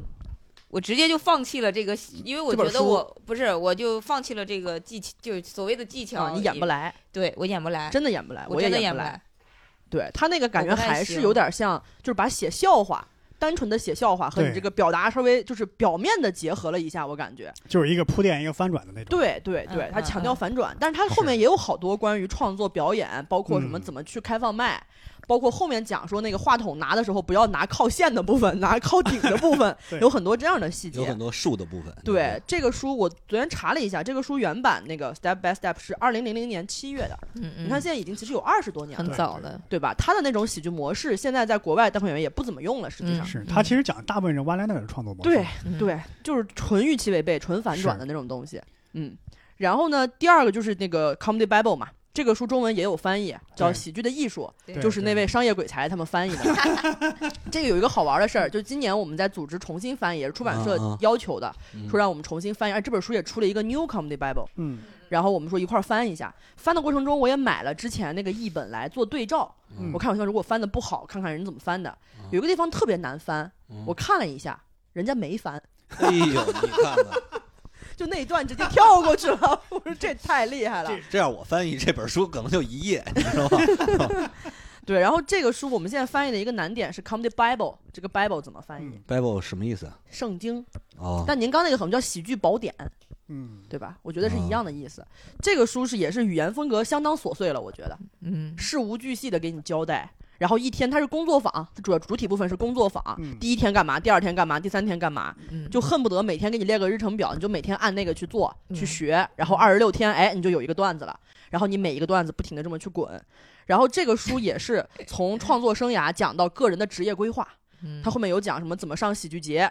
B: 我直接就放弃了这个，因为我
D: 这本
B: 觉得
D: 书
B: 我不是，我就放弃了这个技巧，就是所谓的技巧，
D: 啊，你演不
B: 来，
D: 来，
B: 对我演不来，
D: 真的演不来，
B: 我
D: 也
B: 真的
D: 演
B: 不
D: 不来。
B: 来，
D: 对他那个感
B: 我
D: 觉
B: 不太
D: 还是
B: 行
D: 有点像，就是把写笑话。单纯的写笑话和
A: 对
D: 你这个表达稍微就是表面的结合了一下，我感觉
A: 就是一个铺垫一个翻转的那种。啊
D: 对对对
B: 嗯，
D: 他
B: 嗯
D: 强调
B: 嗯
D: 反转，但是他后面也有好多关于创作、表演，包括什么
A: 嗯
D: 怎么去开放麦，包括后面讲说那个话筒拿的时候不要拿靠线的部分， <laughs> 拿靠顶的部分
A: 对，
D: 有很多这样的细
C: 有
D: 节
C: 很。多树的部分。
D: 对这个书，我昨天查了一下，这个书原版那个 Step by Step 是二零零零年七月的，
B: 嗯嗯，
D: 你看现在已经其实有二十多年了
B: 很
A: 对，
B: 早
A: 对
B: 了，
D: 对吧？他的那种喜剧模式，现在在国外单口演员也不怎么用了，实际上。
A: 是
B: 嗯
A: 他其实讲大部分是 one liner 的创作模式。
D: 啊对
B: 嗯，
D: 对，就是纯预期违背、纯反转的那种东西。嗯，然后呢，第二个就是那个《Comedy Bible》嘛，这个书中文也有翻译，叫
A: 对
D: 《喜剧的艺术》。
A: 对
D: 就是那
A: 对
D: 位商业鬼才他们翻译的。 <laughs> 这个有一个好玩的事儿，就是今年我们在组织重新翻译，也是出版社
A: 啊
C: 嗯嗯
D: 要求的，
C: 嗯
D: 说让我们重新翻译。哎而这本书也出了一个 New Comedy Bible，
A: 嗯
D: 然后我们说一块儿翻一下。翻的过程中，我也买了之前那个译本来做对照，
A: 嗯啊
D: 我看我像如果翻的不好，看看人怎么翻的
C: 嗯。
D: 有一个地方特别难翻，
A: 嗯
D: 我看了一下，人家没翻，
C: 哎呦，你看看，
D: 就那一段直接跳过去了。 <laughs> 我说这太厉害了。
C: 这样我翻译这本书可能就一页，你知道吗？
D: 对，然后这个书我们现在翻译的一个难点是 Comedy Bible，这个 Bible 怎么翻译？
A: 嗯
C: Bible 什么意思啊？
D: 圣经。
C: 哦，
D: 但您刚那个可能叫喜剧宝典，
A: 嗯，
D: 对吧？我觉得是一样的意思。这个书是也是语言风格相当琐碎了，我觉得
B: 嗯，
D: 事无巨细的给你交代。然后一天它是工作坊，主要主体部分是工作坊，
A: 嗯
D: 第一天干嘛，第二天干嘛，第三天干嘛，
B: 嗯，
D: 就恨不得每天给你列个日程表，你就每天按那个去做、
B: 嗯
D: 去学，然后二十六天，哎，你就有一个段子了。然后你每一个段子不停的这么去滚。然后这个书也是从创作生涯讲到个人的职业规划，
B: 嗯
D: 它后面有讲什么怎么上喜剧节，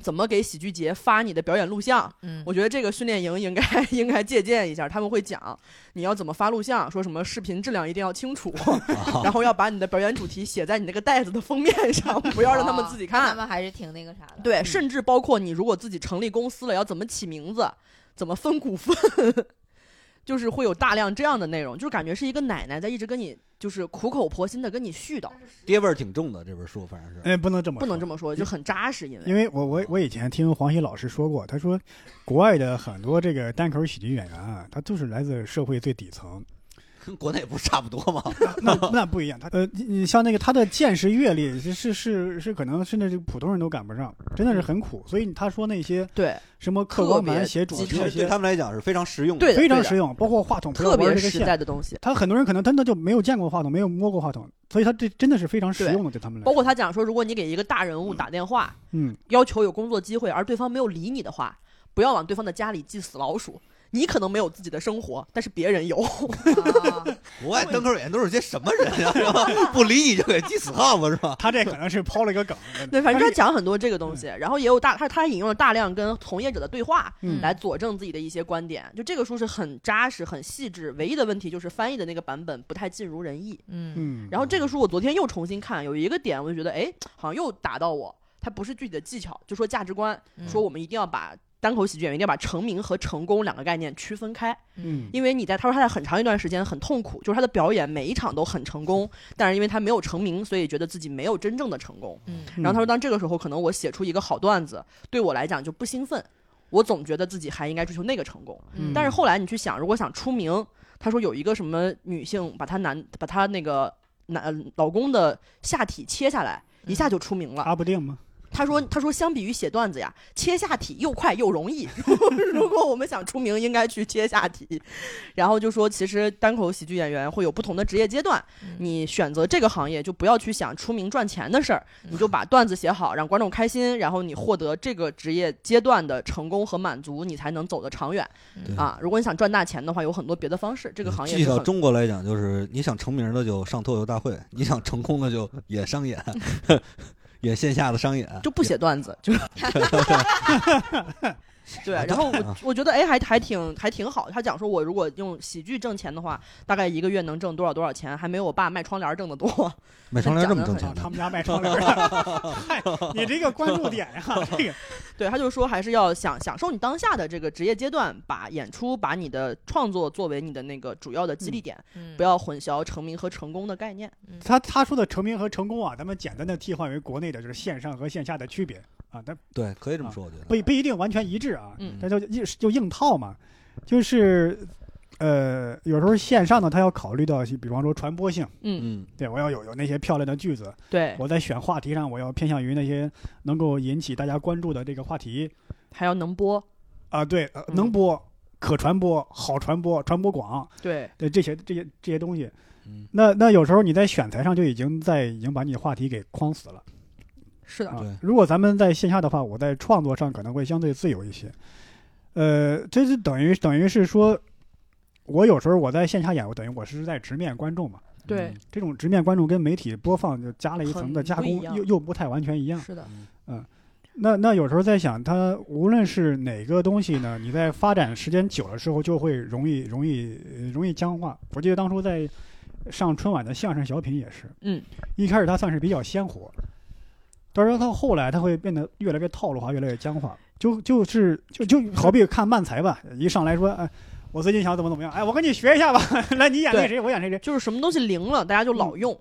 D: 怎么给喜剧节发你的表演录像，
B: 嗯
D: 我觉得这个训练营应该应该借鉴一下，他们会讲你要怎么发录像，说什么视频质量一定要清
B: <laughs>
D: 楚，
C: 哦
D: 然后要把你的表演主题写在你那个袋子的封面上，不要让他们自己
B: <laughs> 哦那他
D: 看。
B: 们还是挺那个啥的，，
D: 对，甚至包括你如果自己成立公司了，要怎么起名字，怎么分股份， <laughs> 就是会有大量这样的内容，就是感觉是一个奶奶在一直跟你就是苦口婆心的跟你絮叨，
C: 爹味儿挺重的这本书，反正是。
A: 哎，不能这么
D: 不能这
A: 么，
D: 么说，就很扎实，因为
A: 因为我我我以前听黄喜老师说过，他说国外的很多这个单口喜剧演员啊，他就是来自社会最底层，
C: 跟国内不是差不多
D: <laughs>
C: 吗？
A: 那那不一样，他呃，你你像那个他的见识阅历是是是是可能甚至这个普通人都赶不上，真的是很苦。所以他说那些
D: 对
A: 什么客观盘写主
D: 特
A: 题
D: 别基础
A: 那
C: 对
A: 些
C: 他们来讲是非常实用的。
D: 对的
A: 非常
D: 对的
A: 实用，包括话筒不要
D: 特
A: 玩
D: 别
A: 这个
D: 实
A: 线，
D: 在的东西。
A: 他很多人可能真的就没有见过话筒，没有摸过话筒，所以他这真的是非常实用的，对他们来
D: 包
A: 说。
D: 括他讲说，如果你给一个大人物打电话，
A: 嗯，
D: 要求有工作机会，而对方没有理你的话，不要往对方的家里寄死老鼠。你可能没有自己的生活，但是别人有。
B: 啊
C: 国外单口演员都是些什么人啊？是吧？不理你就给鸡死耗子是吧？
A: 他这可能是抛了一个 <laughs> 梗。
D: 对，反正
A: 但
D: 他
A: 是
D: 讲很多这个东西，然后也有大他他引用了大量跟从业者的对话
A: 嗯
D: 来佐证自己的一些观点。就这个书是很扎实、很细致，唯一的问题就是翻译的那个版本不太尽如人意。
B: 嗯
A: 嗯，
D: 然后这个书我昨天又重新看，有一个点我就觉得，哎，好像又打到我。它不是具体的技巧，就说价值观，
B: 嗯
D: 说我们一定要把单口喜剧演员一定要把成名和成功两个概念区分开。
A: 嗯
D: 因为你在他说他在很长一段时间很痛苦，就是他的表演每一场都很成功，但是因为他没有成名，所以觉得自己没有真正的成功。
B: 嗯
A: 嗯
D: 然后他说，当这个时候可能我写出一个好段子，对我来讲就不兴奋，我总觉得自己还应该追求那个成功。
B: 嗯，
D: 但是后来你去想，如果想出名，他说有一个什么女性把她男把她那个男老公的下体切下来，一下就出名了。 <laughs>
A: 阿不定吗？
D: 他说他说相比于写段子呀，切下体又快又容易。 <laughs> 如果如果我们想出名，应该去切下体。然后就说，其实单口喜剧演员会有不同的职业阶段，
B: 嗯
D: 你选择这个行业就不要去想出名赚钱的事儿，你就把段子写好，让观众开心，然后你获得这个职业阶段的成功和满足，你才能走得长远
C: 对
D: 啊。如果你想赚大钱的话，有很多别的方式。这个行业
C: 具体
D: 是
C: 到
D: 很
C: 中国来讲，就是你想成名的就上脱口秀大会，你想成功的就也商演， <laughs> 也线下的商演，<laughs>
D: 就不写段子，就是对。然后
C: 啊
D: 我我觉得哎，还还挺还挺好。他讲说，我如果用喜剧挣钱的话，大概一个月能挣多少多少钱，还没有我爸卖窗帘挣的多。 <laughs>
C: 买窗帘这么挣
A: 啊
C: 钱，
A: 他
C: 的，
A: 们家卖窗帘儿，嗨，你这个关注点呀、啊
D: <laughs>
A: 这个
D: 对，他就说还是要享享受你当下的这个职业阶段，把演出、把你的创作作为你的那个主要的激励点，
B: 嗯
D: 不要混淆成名和成功的概念。
A: 他他说的成名和成功啊，咱们简单的替换为国内的就是线上和线下的区别啊，但
C: 对，可以这么说，我觉得。
A: 不不一定完全一致啊，
D: 嗯
A: 但就硬就硬套嘛，就是呃，有时候线上呢，他要考虑到，比方说传播性，
D: 嗯，
C: 嗯，
A: 对我要有有那些漂亮的句子，
D: 对，
A: 我在选话题上，我要偏向于那些能够引起大家关注的这个话题
D: 还要能播。
A: 啊、对，呃
D: 嗯
A: 能播、可传播、好传播、传播广，
D: 对，
A: 对这些这些这些东西
C: 嗯。
A: 那那有时候你在选材上就已经在已经把你的话题给框死了
D: 是的，
A: 啊
C: 对。
A: 如果咱们在线下的话，我在创作上可能会相对自由一些。呃，这就等于等于是说，我有时候我在线下演，我等于我是在直面观众嘛。
D: 对，
A: 这种直面观众跟媒体播放就加了一层的
D: 很
A: 加
D: 不一
A: 工，
D: 样
A: 又又不太完全一样。
D: 是的，
C: 嗯
A: 那那有时候在想，它无论是哪个东西呢，你在发展时间久了之后，就会容易容易呃容易僵化。我记得当初在上春晚的相声小品也是，
D: 嗯，
A: 一开始它算是比较鲜活，但是到后来它会变得越来越套路化，越来越僵化。就就是就就好比看漫才吧，一上来说，哎，我最近想怎么怎么样，哎，我跟你学一下吧， <laughs> 来你演那
D: 对
A: 谁，我演那谁，
D: 就是什么东西灵了，大家就老
A: 嗯
D: 用。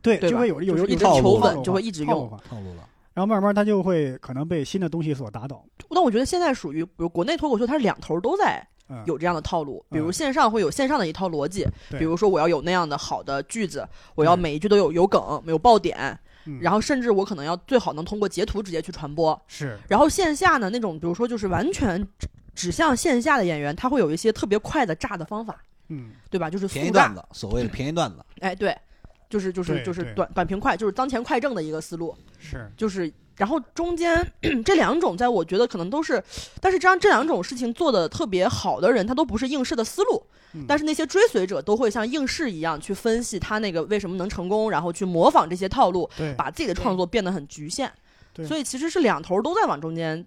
A: 对，
D: 对
A: 就
D: 吧
A: 会有有
D: 就是
A: 有
D: 一
A: 一
D: 直
A: 种
C: 求
A: 套路
D: 稳
A: 化
D: 就会一直
A: 套路
D: 用
A: 化
C: 套路了，
A: 然后慢慢它就会可能被新的东西所打倒，
D: 那我觉得现在属于，比如国内脱口秀，它是两头都在
A: 嗯，
D: 有这样的套路，
A: 嗯
D: 比如线上会有线上的一套逻辑，
A: 对
D: 比如说我要有那样的好的句子，我要
A: 对
D: 每一句都有有梗、有爆点，
A: 嗯
D: 然后甚至我可能要最好能通过截图直接去传播。
A: 是
D: 然后线下呢，那种比如说就是完全指指向线下的演员，他会有一些特别快的炸的方法，
A: 嗯。
D: 对吧？就是
C: 便宜
D: 速
C: 段
D: 炸，
C: 子，所谓的便宜段子，
D: 哎，对，就是就是
A: 对
D: 就是
A: 对
D: 短短平快，就是当前快挣的一个思路。
A: 是，
D: 就是，然后中间 <clears throat> 这两种，在我觉得可能都是，但是这样这两种事情做的特别好的人，他都不是应试的思路，
A: 嗯
D: 但是那些追随者都会像应试一样去分析他那个为什么能成功，然后去模仿这些套路，
A: 对，
D: 把自己的创作变得很局限。
A: 对
D: 所以其实是两头都在往中间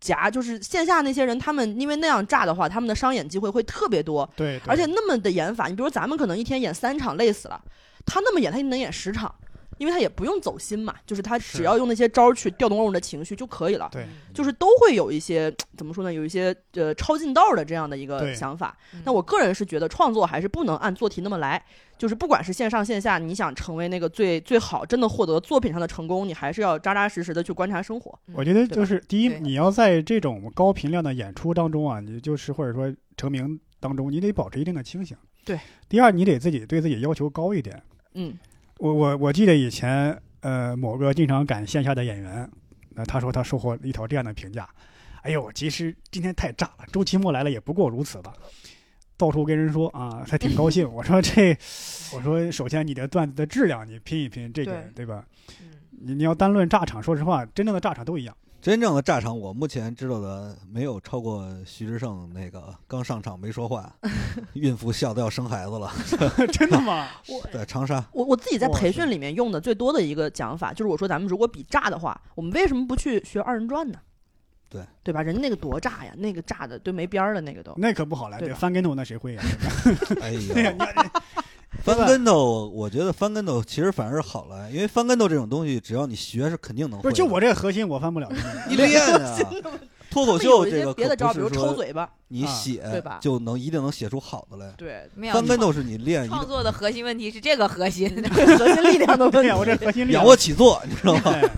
D: 夹，就是线下那些人，他们因为那样炸的话，他们的商演机会会特别多，
A: 对，
D: 而且
A: 对
D: 那么的演法，你比如咱们可能一天演三场累死了，他那么演他能演十场，因为他也不用走心嘛，就是他
A: 是
D: 只要用那些招儿去调动观众的情绪就可以了。
A: 对
B: 嗯
D: 就是都会有一些怎么说呢，有一些呃超近道儿的这样的一个
A: 对
D: 想法
B: 嗯。
D: 那我个人是觉得创作还是不能按做题那么来，就是不管是线上线下，你想成为那个最最好，真的获得作品上的成功，你还是要扎扎实实的去观察生活。
A: 我觉得
D: 嗯对
A: 就
D: 吧
A: 是第一，
B: 对
A: 你要在这种高频量的演出当中啊，你就是或者说成名当中，你得保持一定的清醒。
D: 对。
A: 第二，你得自己对自己要求高一点。
D: 嗯
A: 我我我记得以前呃某个经常赶线下的演员，那他说他收获了一条这样的评价：“哎呦，其实今天太炸了，周奇墨来了也不过如此吧。”到处跟人说啊，他挺高兴。我说这， <laughs> 我说首先你的段子的质量你拼一拼，这点对吧？
B: 嗯
A: 你你要单论炸场，说实话，真正的炸场都一样。
C: 真正的炸场，我目前知道的没有超过徐志胜那个刚上场没说
D: <laughs>
C: 话，孕妇笑得要生孩子了，
A: 真的吗？
C: 在长
D: <laughs>
C: 沙，
D: 我我自己在
A: 哇
D: 培
A: 是
D: 训里面用的最多的一个讲法，就是我说咱们如果比炸的话，我们为什么不去学二人转呢？
C: 对
D: 对吧？人家那个多炸呀，那个炸的都没边儿了，那个都。
A: <laughs> 那可不好来，
D: 对
A: 对，
D: 吧
A: 翻跟头那谁会呀？
C: 哎
A: 对呀，
C: 呀，
A: 你
C: 翻跟头，我觉得翻跟头其实反而是好了，因为翻跟头这种东西，只要你学是肯定能会
A: 不
C: 的。
A: 是就我这个核心我翻不了，真的
C: 你 <laughs> 练啊， <laughs> 脱口
D: 会有
C: 秀
D: 一
C: 这
D: 些
C: 个
D: 别的招儿，
C: 可
D: 比
C: 不
D: 如
C: 是
D: 抽
C: 说 <laughs>
D: 嘴巴，
C: 你
A: 啊
D: 对
C: 写
D: 吧
C: 就能一定能写出好的来。
D: 对，
B: 没有
C: 翻跟头是你练一
B: 创
C: 定
B: 作的核心问题是这个核心， <laughs>
D: 核心力
C: <laughs>
D: 量的问
A: 对
D: 题
C: 啊
A: 呀，。我这核心力
C: 仰卧起坐，你知道吗？
A: 哎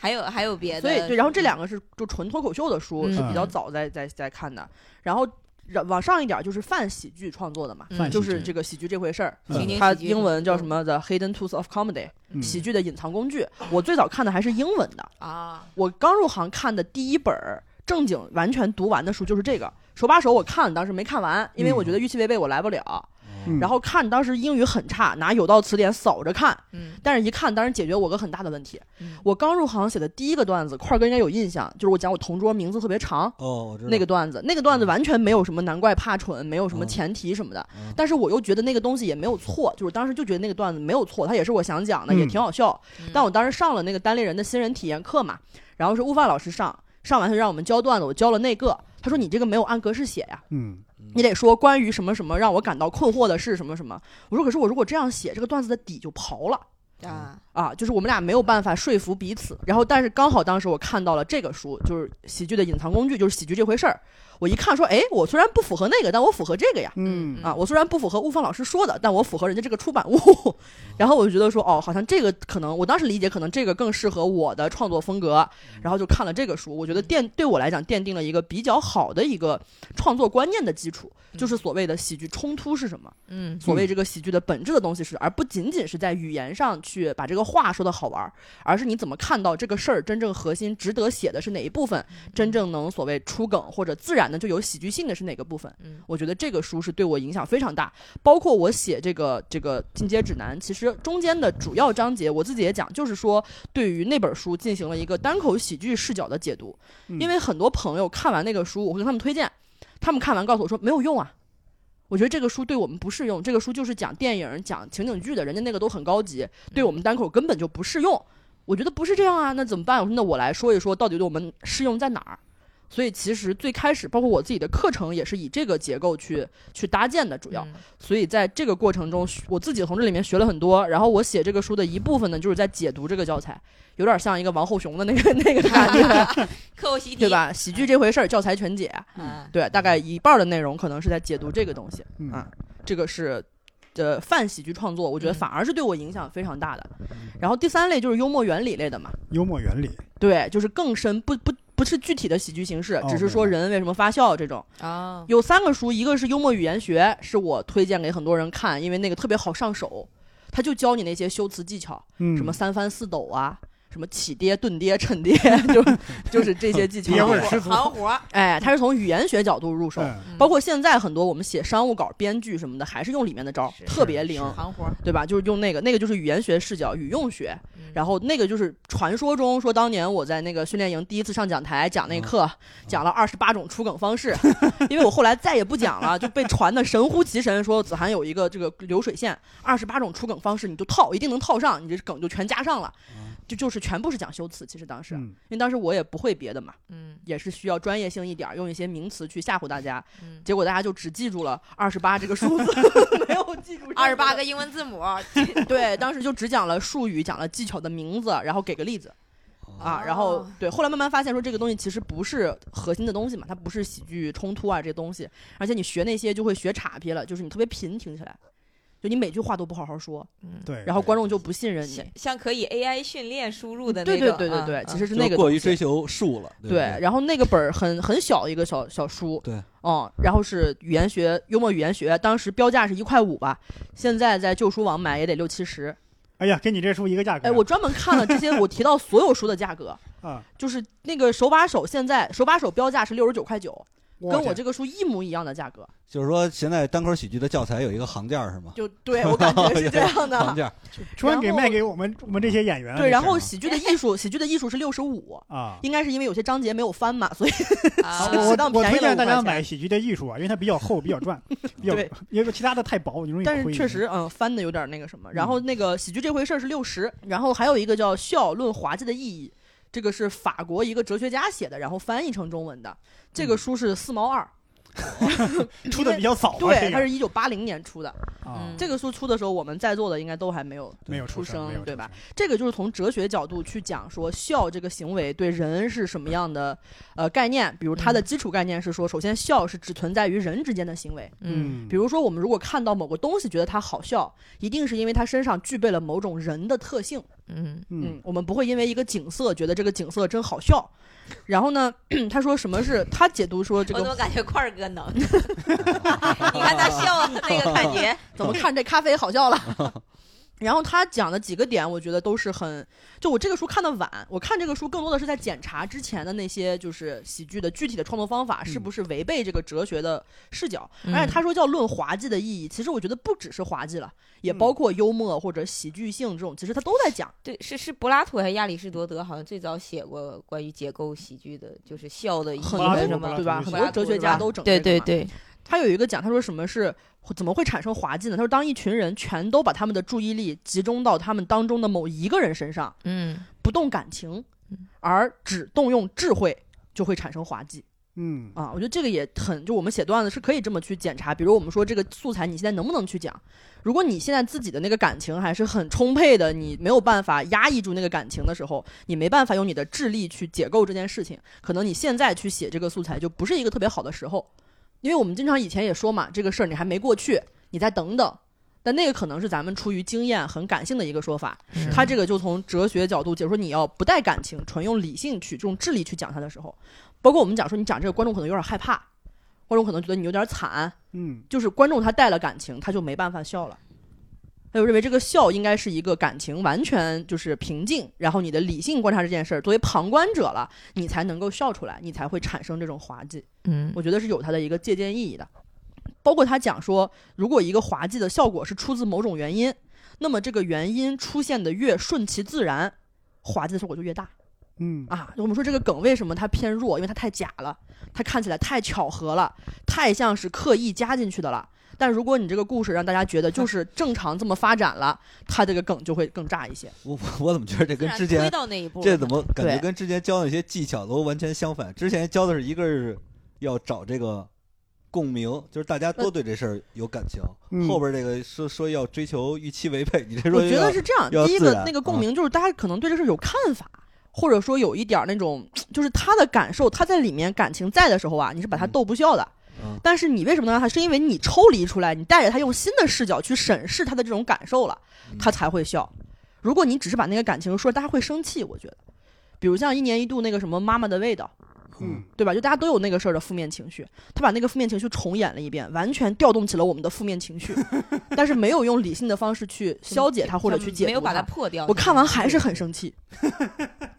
B: 还有还有别的。
D: 所以对，然后这两个是就纯脱口秀的书，
B: 嗯
D: 是比较早在在在看的。然后然往上一点就是泛喜剧创作的嘛，
B: 嗯
A: 泛
D: 就
A: 喜
D: 是
A: 剧
D: 这个喜剧这回事儿。
A: 嗯
B: 情景
D: 它
B: 喜剧
D: 英文叫什么？The Hidden Tools of Comedy，
A: 嗯
D: 喜剧的隐藏工具。我最早看的还是英文的，
B: 啊？
D: 我刚入行看的第一本儿正经完全读完的书就是这个。手把手我看，当时没看完，因为我觉得预期违背我来不了。
A: 嗯
D: 然后看当时英语很差，拿有道词典扫着看，
B: 嗯
D: 但是一看当然解决我个很大的问题。
B: 嗯
D: 我刚入行写的第一个段子，块儿哥应该有印象，就是我讲我同桌名字特别长，
C: 哦，我知道
D: 那个段子，那个段子完全没有什么难怪怕蠢，没有什么前提什么的，
C: 嗯
D: 但是我又觉得那个东西也没有错，就是当时就觉得那个段子没有错，它也是我想讲的，也
A: 嗯
D: 挺好笑。
B: 嗯
D: 但我当时上了那个单立人的新人体验课嘛，然后是悟饭老师上，上完他就让我们教段子，我教了那个，他说你这个没有按格式写呀，
A: 嗯
D: 你得说关于什么什么让我感到困惑的是什么什么。我说可是我如果这样写，这个段子的底就刨了。
B: 啊，
D: 啊，就是我们俩没有办法说服彼此。然后，但是刚好当时我看到了这个书，就是《喜剧的隐藏工具》，就是喜剧这回事儿。我一看说，哎，我虽然不符合那个，但我符合这个呀。
A: 嗯
D: 啊，我虽然不符合悟饭老师说的，但我符合人家这个出版物。 <laughs> 然后我就觉得说，哦，好像这个可能，我当时理解可能这个更适合我的创作风格。然后就看了这个书，我觉得奠对我来讲奠定了一个比较好的一个创作观念的基础，就是所谓的喜剧冲突是什么。
B: 嗯
D: 所谓这个喜剧的本质的东西是，而不仅仅是在语言上去把这个话说的好玩儿，而是你怎么看到这个事儿真正核心值得写的是哪一部分，
B: 嗯
D: 真正能所谓出梗或者自然的就有喜剧性的是哪个部分。
B: 嗯
D: 我觉得这个书是对我影响非常大，包括我写这个这个进阶指南，其实中间的主要章节我自己也讲，就是说对于那本书进行了一个单口喜剧视角的解读，
A: 嗯
D: 因为很多朋友看完那个书，我会跟他们推荐，他们看完告诉我说没有用啊。我觉得这个书对我们不适用，这个书就是讲电影、讲情景剧的，人家那个都很高级，对我们单口根本就不适用。我觉得不是这样啊，那怎么办？我说那我来说一说，到底对我们适用在哪儿？所以其实最开始，包括我自己的课程也是以这个结构去去搭建
B: 嗯
D: 的，主要。所以在这个过程中，我自己从这里面学了很多。然后我写这个书的一部分呢，就是在解读这个教材，有点像一个王后雄的那个那个感觉，
B: 课后习题
D: 对？吧？喜剧这回事儿，教材全解，
B: 嗯
D: 对，大概一半儿的内容可能是在解读这个东西。
A: 嗯
D: 啊这个是呃泛喜剧创作，我觉得
B: 嗯
D: 反而是对我影响非常大的。
A: 嗯
D: 然后第三类就是幽默原理类的嘛，
A: 幽默原理，
D: 对，就是更深，不不不是具体的喜剧形式
A: 哦，
D: 只是说
A: 明嗯
D: 人为什么发笑这种。
B: 啊，
D: 有三个书，一个是《幽默语言学》，是我推荐给很多人看，因为那个特别好上手，他就教你那些修辞技巧，
A: 嗯，
D: 什么三翻四抖啊。什么起跌、顿跌、衬跌， <laughs> 就就是这些技巧
A: 爹。味儿十足
B: 行活，
D: 哎，他是从语言学角度入手，
A: 嗯
D: 包括现在很多我们写商务稿、编剧什么的，还是用里面的招儿
B: 是，
D: 特别灵，
B: 行活，
D: 对吧？就是用那个，那个就是语言学视角、语用学，
B: 嗯
D: 然后那个就是传说中说，当年我在那个训练营第一次上讲台讲
B: 嗯
D: 那课，讲了二十八种出梗方式， <laughs> 因为我后来再也不讲了，就被传的神乎其神，说子涵有一个这个流水线，二十八种出梗方式，你就套，一定能套上，你这梗就全加上了，
B: 嗯
D: 就就是全部是讲修辞，其实当时，因
A: 嗯
D: 为当时我也不会别的嘛，
B: 嗯
D: 也是需要专业性一点儿，用一些名词去吓唬大家，
B: 嗯，
D: 结果大家就只记住了二十八这个数字， <laughs> 没有记住
B: 二十八
D: 个。
B: 个英文字母
D: 对，当时就只讲了术语，讲了技巧的名字，然后给个例子啊，然后
B: 哦
D: 对，后来慢慢发现说这个东西其实不是核心的东西嘛，它不是喜剧冲突啊这些东西，而且你学那些就会学岔劈了，就是你特别贫，听起来。就你每句话都不好好说，
B: 嗯
A: 对，
D: 然后观众就不信任你
B: 像。像可以 AI 训练输入的
D: 对
B: 那
D: 对
B: 种
D: 对对
B: 啊
D: 对，
B: 啊
D: 其实是
C: 就
D: 那个
C: 过
D: 东
C: 于
D: 西
C: 追求数了，对不
D: 对
C: 对，
D: 然后那个本儿很很小一个小小书，
C: 对，
D: 嗯，然后是语言学幽默语言学，当时标价是一块五吧，现在在旧书网买也得六七十。
A: 哎呀，跟你这书一个价格，
D: 哎，我专门看了这些我提到所有书的价格，
A: 啊，
D: 就是那个手把手，现在手把手标价是六十九块九，跟我
A: 这
D: 这个书一模一样的价格。
C: 就是说现在单口喜剧的教材有一个行价是吗？
D: 就对我感觉是这啊样
C: 行
D: 的。
C: 价，
A: 专给
D: 然后
A: 卖给我们我们这些演员啊，
D: 对，然
A: 这
D: 后
A: 是
D: 喜剧的艺术，喜剧的艺术是六十五，
A: 啊。
D: 应该是因为有些章节没有翻嘛，所以
A: 啊
B: 啊，
A: 我
D: 适当
A: 我
D: 便宜
A: 推
D: 了
A: 荐大家
D: 5块钱
A: 买《喜剧的艺术》啊，因为它比较厚，比较
D: <laughs>
A: 赚，比较
D: 对
A: 因为其他的太薄，你容易
D: 但是
A: 亏嗯
D: 确实嗯翻的有点那个什么。然后那个喜剧这回事儿是六十，然后还有一个叫《笑论滑稽的意义》，这个是法国一个哲学家写的，然后翻译成中文的。这
A: 嗯
D: 个书是四毛二，
A: 出的比较早啊，
D: 对，
A: 这
D: 它
A: 个
D: 是一九八零年出的。
A: 啊
B: 嗯
D: 这个书出的时候，我们在座的应该都还没有
A: 没有
D: 出
A: 生，没有
D: 对
A: 出
D: 吧
A: 生？？
D: 这个就是从哲学角度去讲说笑这个行为对人是什么样的呃概念，比如它
A: 嗯
D: 的基础概念是说，首先笑是只存在于人之间的行为，
B: 嗯
D: 比如说我们如果看到某个东西觉得它好笑，一定是因为它身上具备了某种人的特性，
B: 嗯，
A: 嗯
D: 嗯，我们不会因为一个景色觉得这个景色真好笑。然后呢， <clears throat> 他说什么是他解读说这
B: 我怎么
D: 个
B: 感觉块儿哥
D: <laughs>
B: 能？你看他笑的那个感觉，
D: 怎么看这咖啡好笑了。然后他讲的几个点，我觉得都是很，就我这个书看的晚，我看这个书更多的是在检查之前的那些就是喜剧的具体的创作方法是不是违背这个哲学的视角。而且他说叫论滑稽的意义，其实我觉得不只是滑稽了，也包括幽默或者喜剧性这种，其实他都在讲。
B: 对，是是柏拉图还是亚里士多德？好像最早写过关于结构喜剧的，就是笑的意义
D: 很
A: 柏拉
B: 什
A: 图
B: 么
A: 柏拉
D: 多，对吧？
A: 图柏
D: 很多
A: 拉
D: 哲
B: 图
D: 学
B: 是
D: 家
B: 吧
D: 都整
B: 对
D: 这个
B: 对
D: 嘛
B: 对，
D: 他有一个讲，他说什么是怎么会产生滑稽呢？他说，当一群人全都把他们的注意力集中到他们当中的某一个人身上，
B: 嗯，
D: 不动感情
B: 嗯，
D: 而只动用智慧，就会产生滑稽
A: 嗯
D: 啊！我觉得这个也很，就我们写段子是可以这么去检查，比如我们说这个素材你现在能不能去讲？如果你现在自己的那个感情还是很充沛的，你没有办法压抑住那个感情的时候，你没办法用你的智力去解构这件事情，可能你现在去写这个素材就不是一个特别好的时候。因为我们经常以前也说嘛，这个事儿你还没过去，你再等等。但那个可能是咱们出于经验很感性的一个说法，
B: 是
D: 他这个就从哲学角度解说，你要不带感情，纯用理性去这种智力去讲它的时候，包括我们讲说你讲这个观众可能有点害怕，观众可能觉得你有点惨，
A: 嗯
D: 就是观众他带了感情，他就没办法笑了。他就认为这个笑应该是一个感情完全就是平静，然后你的理性观察这件事儿，作为旁观者了，你才能够笑出来，你才会产生这种滑稽。
B: 嗯
D: 我觉得是有它的一个借鉴意义的。包括他讲说，如果一个滑稽的效果是出自某种原因，那么这个原因出现的越顺其自然，滑稽的效果就越大
A: 嗯
D: 啊。我们说这个梗为什么它偏弱？因为它太假了，它看起来太巧合了，太像是刻意加进去的了。但如果你这个故事让大家觉得就是正常这么发展了，它这个梗就会更炸一些。
C: 我我怎么觉得这
B: 自
C: 跟
B: 然
C: 之
B: 推
C: 前
B: 到那一步了，
C: 这怎么感觉
D: 对
C: 跟之前教的一些技巧都完全相反？之前教的是一个是要找这个共鸣，就是大
D: 呃
C: 家都对这事儿有感情。
A: 嗯
C: 后边这个说说要追求预期违背，你这
D: 我
C: 说
D: 觉得
C: 要
D: 是这样，
C: 要
D: 第一
C: 自
D: 个
C: 然啊
D: 那个共鸣就是大家可能对这事儿有看法，或者说有一点儿那种，就是他的感受，他在里面感情在的时候啊，你是把他
C: 嗯
D: 逗不笑的。
C: 嗯
D: 但是你为什么能让他？是因为你抽离出来，你带着他用新的视角去审视他的这种感受了，
C: 嗯
D: 他才会笑。如果你只是把那个感情说，大家会生气。我觉得，比如像一年一度那个什么《妈妈的味道》，
A: 嗯
D: 对吧？就大家都有那个事儿的负面情绪，他把那个负面情绪重演了一遍，完全调动起了我们的负面
C: <laughs>
D: 情绪，但是没有用理性的方式去消解它或者去解
B: 没有
D: 读
B: 把它
D: 它。
B: 破掉。
D: 我看完还是很生气，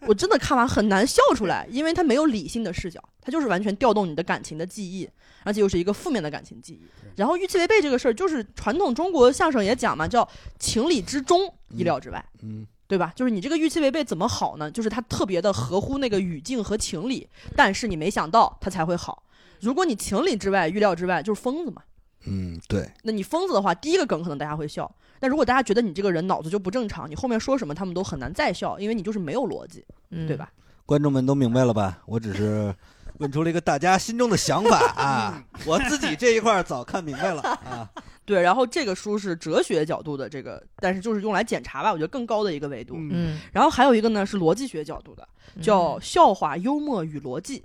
D: 我真的看完很难笑出来，因为它没有理性的视角，它就是完全调动你的感情的记忆，而且又是一个负面的感情记忆
A: 对。
D: 然后预期违背这个事儿，就是传统中国相声也讲嘛，叫情理之中，意料之外。
C: 嗯
D: 对吧？就是你这个预期违背怎么好呢？就是它特别的合乎那个语境和情理，但是你没想到它才会好。如果你情理之外、预料之外，就是疯子嘛。
C: 嗯对，
D: 那你疯子的话，第一个梗可能大家会笑，但如果大家觉得你这个人脑子就不正常，你后面说什么他们都很难再笑，因为你就是没有逻辑，
B: 嗯，
D: 对吧？
C: 观众们都明白了吧？我只是问出了一个大家心中的想法啊，
A: 嗯
C: 我自己这一块儿早看明白了
A: <laughs>
C: 啊。
D: 对，然后这个书是哲学角度的这个，但是就是用来检查吧，我觉得更高的一个维度。
A: 嗯
B: 嗯？
D: 然后还有一个呢是逻辑学角度的，
B: 嗯，
D: 叫《笑话、幽默与逻辑》，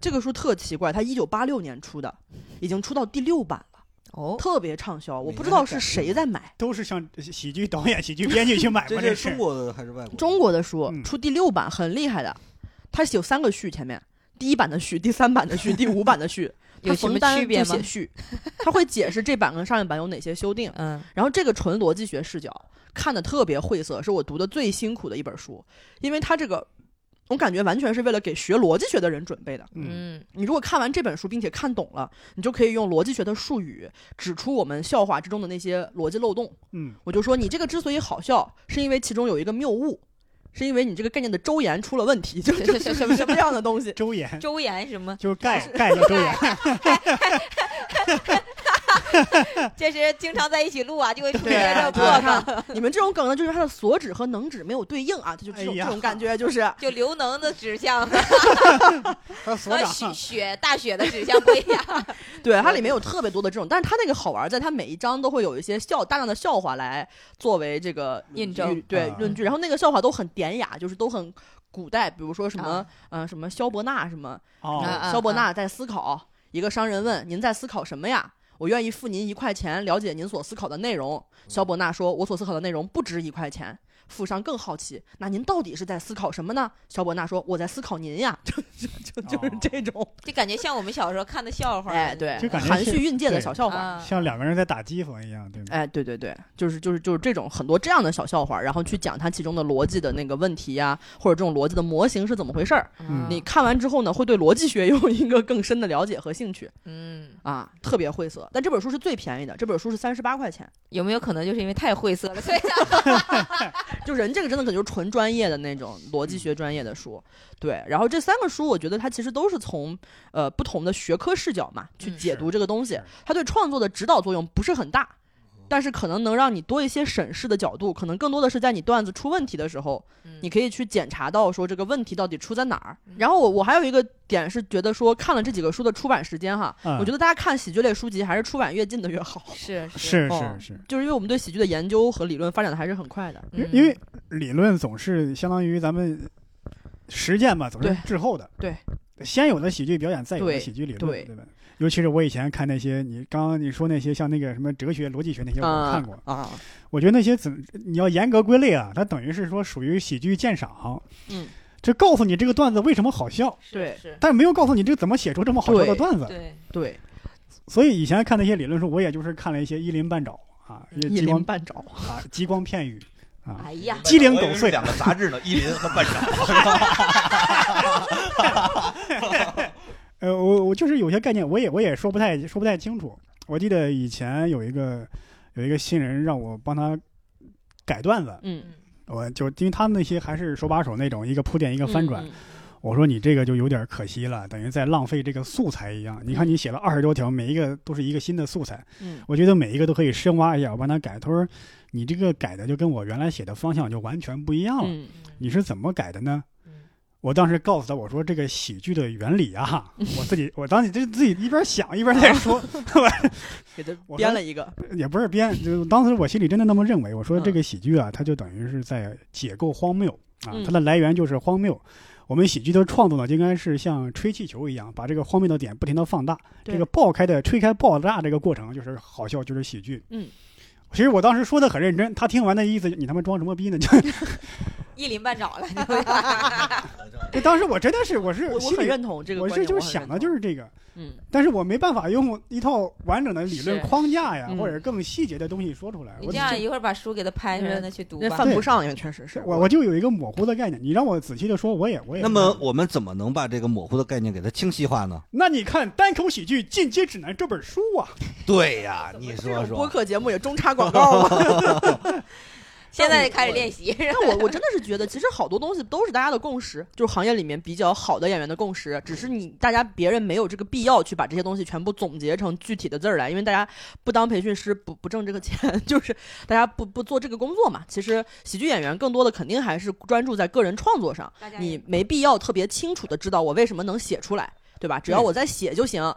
D: 这个书特奇怪，它一九八六年出的，已经出到第六版了，
B: 哦，
D: 特别畅销。我
C: 每
D: 不
C: 年
D: 知道
C: 还
D: 是
C: 改
D: 谁
C: 吗
D: 在买
A: 都是像喜剧导演、喜剧编剧去买
C: 这
A: 过
C: 是
A: 事
C: 中
A: 儿。
C: 国的还是外国的？
D: 中国的书，
A: 嗯
D: 出第六版很厉害的，它是有三个序，前面第一版的序、第三版的序、第五版的序，它
B: 有什
D: 逢
B: 么
D: 单
B: 区
D: 就
B: 别吗
D: 写？序，它会解释这版跟上一版有哪些修订。
B: 嗯，
D: 然后这个纯逻辑学视角看的特别晦涩，是我读的最辛苦的一本书，因为它这个我感觉完全是为了给学逻辑学的人准备的。
A: 嗯
B: 嗯
D: 你如果看完这本书并且看懂了，你就可以用逻辑学的术语指出我们笑话之中的那些逻辑漏洞。
A: 嗯。
D: 我就说，你这个之所以好笑，是因为其中有一个谬误，是因为你这个概念的周延出了问题，就
B: <laughs>
D: 是
B: 是是
D: 就是什么什么样的东西
A: 周岩
B: 嗯周岩什么？
A: 就是
D: <laughs>
A: 盖盖叫周岩，
B: 这是经常在一起录啊，就会出
D: 对
B: 现这个
D: 对，
B: 破
D: 看
B: 梗，
D: 你们这种梗呢，就是它的所指和能指没有对应啊，它就这种、
A: 哎呀
D: 这种感觉，就是
B: 就刘能的指向
A: 他所
B: 和
A: 长
B: 雪雪大雪的指向不一样。
D: <laughs> 对它里面有特别多的这种，但是它那个好玩在，它每一章都会有一些笑大量的笑话来作为这个
B: 印证
D: 语对
A: 啊
D: 论据，然后那个笑话都很典雅，就是都很古代，比如说什么
B: 啊
D: 嗯、呃什么萧伯纳什么。
A: 哦，
D: 肖伯纳在思考。一个商人问：“您在思考什么呀？”我愿
A: 嗯
D: 意付您一块钱，了解您所思考的内容。肖伯纳说：“我所思考的内容不值一块钱，富商更好奇，那您到底是在思考什么呢？肖伯纳说：“我在思考您呀， <laughs> 就就就
A: 哦
D: 就是这种，
B: 就感觉像我们小时候看的笑话。
D: 哎，对，
A: 就感觉
D: 含
A: 是
D: 蓄蕴藉的
A: 对
D: 小笑话。
B: 啊，
A: <laughs> 像两个人在打机房一样，对吗？
D: 哎，对对对，就是就是就是这种很多这样的小笑话，然后去讲它其中的逻辑的那个问题呀、或者这种逻辑的模型是怎么回事儿。
B: 啊
A: 嗯
D: 你看完之后呢，会对逻辑学有一个更深的了解和兴趣
B: 嗯，
D: 啊，特别晦涩。但这本书是最便宜的，这本书是三十八块钱，
B: 有没有可能就是因为太晦涩了， <laughs> 所以
D: 就人这个真的可能就是纯专业的那种
A: 嗯
D: 逻辑学专业的书。对，然后这三个书，我觉得它其实都是从呃不同的学科视角嘛去
B: 嗯
D: 解
A: 是
D: 读这个东西
A: 是，嗯
D: 它对创作的指导作用不是很大。但是可能能让你多一些审视的角度，可能更多的是在你段子出问题的时候，
A: 嗯
D: 你
B: 嗯
D: 可以去检查到说这个问题到底出在哪儿。然后我我还有一个点是觉得说看了这几个书的出版时间哈，
A: 嗯
D: 我觉得大家看喜剧类书籍还是出版越近的越好，
B: 是
A: 是
D: 哦
A: 是是，
D: 就是因为我们对喜剧的研究和理论发展的还是很快
B: 啊嗯
D: 的。
A: 因为因为理论总是相当于咱们实践吧，总是
D: 对
A: 滞后的。
D: 对，
A: 先有的喜剧表演，再有的
D: 对
A: 喜剧理论，
D: 对
A: 对吧？尤其是我以前看那些，你刚刚你说那些像那个什么哲学、逻辑学那些，我看过。
D: 啊，
A: 我觉得那些怎你要严格归类啊，它等于是说属于喜剧鉴赏。
D: 嗯，
A: 这告诉你这个段子为什么好笑，
D: 对
B: 是，
A: 但是没有告诉你这个怎么写出这么好笑的
D: 对
A: 段子。
B: 对，
D: 对，
A: 所以以前看那些理论书，我也就是看了一些一鳞半爪啊，一些
D: 一
A: 激
D: 鳞
A: 光
D: 半爪，
A: 啊，激光片
D: <laughs>
A: 语。啊
B: 哎呀，
A: 鸡零
E: 我以为
A: 狗
E: 是
A: 碎
E: 两个杂志
A: <laughs>
E: 呢，一林和半掌。
A: 呃，我我就是有些概念，我也我也说不太说不太清楚。我记得以前有一个有一个新人让我帮他改段子，
D: 嗯，
A: 我就因为他们那些还是手把手那种，一个铺垫一个翻转。哦
D: 嗯，嗯
A: 我说你这个就有点可惜了，等于在浪费这个素材一样。你看你写了二十多条，每一个都是一个新的素材，
D: 嗯
A: 我觉得每一个都可以深挖一下，我帮他改。他说你这个改的就跟我原来写的方向就完全不一样了。
D: 嗯
A: 你是怎么改的呢
B: 嗯？
A: 我当时告诉他，我说这个喜剧的原理
D: <laughs>
A: 啊，我自己，我当时就自己一边想一边在说，
D: 给他
A: 我
D: 编
A: 说
D: 了一个，
A: 也不是编，就当时我心里真的那么认为。我说
D: 嗯
A: 这个喜剧啊，它就等于是在解构荒谬啊
D: 嗯，
A: 它的来源就是荒谬。我们喜剧的创作呢，就应该是像吹气球一样，把这个荒谬的点不停地放大。
D: 对
A: 这个爆开的、吹开爆炸这个过程，就是好笑，就是喜剧。
D: 嗯，
A: 其实我当时说的很认真，他听完的意思，你他妈装什么逼呢？ <laughs> 就
B: 一鳞半爪了， <laughs>
A: 就当时我真的是，我是
D: 我我
A: 心里
D: 很认同这个
A: 我
D: 观点，
A: 是就
D: 我
A: 是
D: 很
A: 想
D: 认
A: 的
D: 同
A: 就是这个，
D: 嗯。
A: 但是我没办法用一套完整的理论
B: 是
A: 框架呀，
D: 嗯
A: 或者更细节的东西说出来。
B: 你
A: 我
B: 这样一会儿把书给他拍出来，让他去读
D: 人
B: 吧
D: 犯。不
A: 对
D: 上，也确实是
A: 我我就有一个模糊的概念，你让我仔细的说，我也我也
C: 那么，我们怎么能把这个模糊的概念给它清晰化呢？
A: 那你看《单口喜剧进阶指南》这本书啊，
C: 对呀，你
D: 这种
C: 说
D: 播
C: 说，
D: 客节目也中插广告了。
B: 现在就开始练习，
D: 但我我真的是觉得，其实好多东西都是大家的共识，就是行业里面比较好的演员的共识，只是你大家别人没有这个必要去把这些东西全部总结成具体的字儿来，因为大家不当培训师不不挣这个钱， <laughs> 就是大家不不做这个工作嘛。其实喜剧演员更多的肯定还是专注在个人创作上，
B: <laughs> 大家也
D: 你没必要特别清楚的知道我为什么能写出来，对吧？只要我在写就行。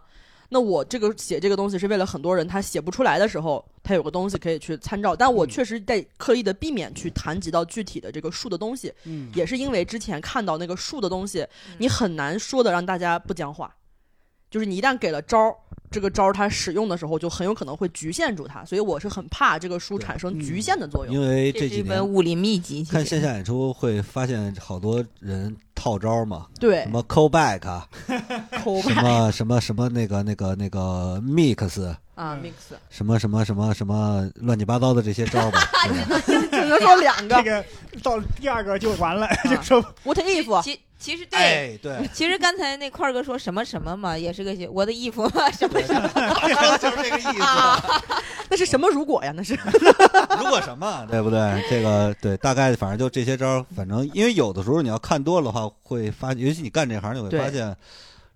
D: 那我这个写这个东西是为了很多人他写不出来的时候，他有个东西可以去参照。但我
A: 嗯
D: 确实得刻意的避免去谈及到具体的这个数的东西，
A: 嗯，
D: 也是因为之前看到那个数的东西
B: 嗯，
D: 你很难说的让大家不讲话。就是你一旦给了招儿，这个招儿它使用的时候就很有可能会局限住它，所以我是很怕这个书
C: 对
D: 产生
A: 嗯
D: 局限的作用。
C: 因为
B: 这是
C: 几
B: 一本
C: 年
B: 武林秘籍，
C: 看
B: 其实
C: 线下演出会发现好多人套招嘛，
D: 对
C: 什，么 callback 啊，
D: 抠
C: 什么什么什么那个那个那个 mix，
D: 啊
A: 嗯
D: ，mix，
C: 什么什么什么什么乱七八糟的这些
D: <laughs>
C: 招吧。对吧
D: 只能说两
A: 这
D: 个啊
A: 个到第二个就完了，就说
D: what
B: 其
D: if，
B: 其其实对，
C: 哎，对，
B: 其实刚才那块儿哥说什么什么嘛，也是个我的衣服嘛，什么什么，
C: 就是这个意思。
D: 那是什么如果呀？那是 <laughs>
C: 如果什么， <laughs> 对不对？这个对，大概反正就这些招儿，反正因为有的时候你要看多了的话，会发，尤其你干这行，你会
D: 对
C: 发现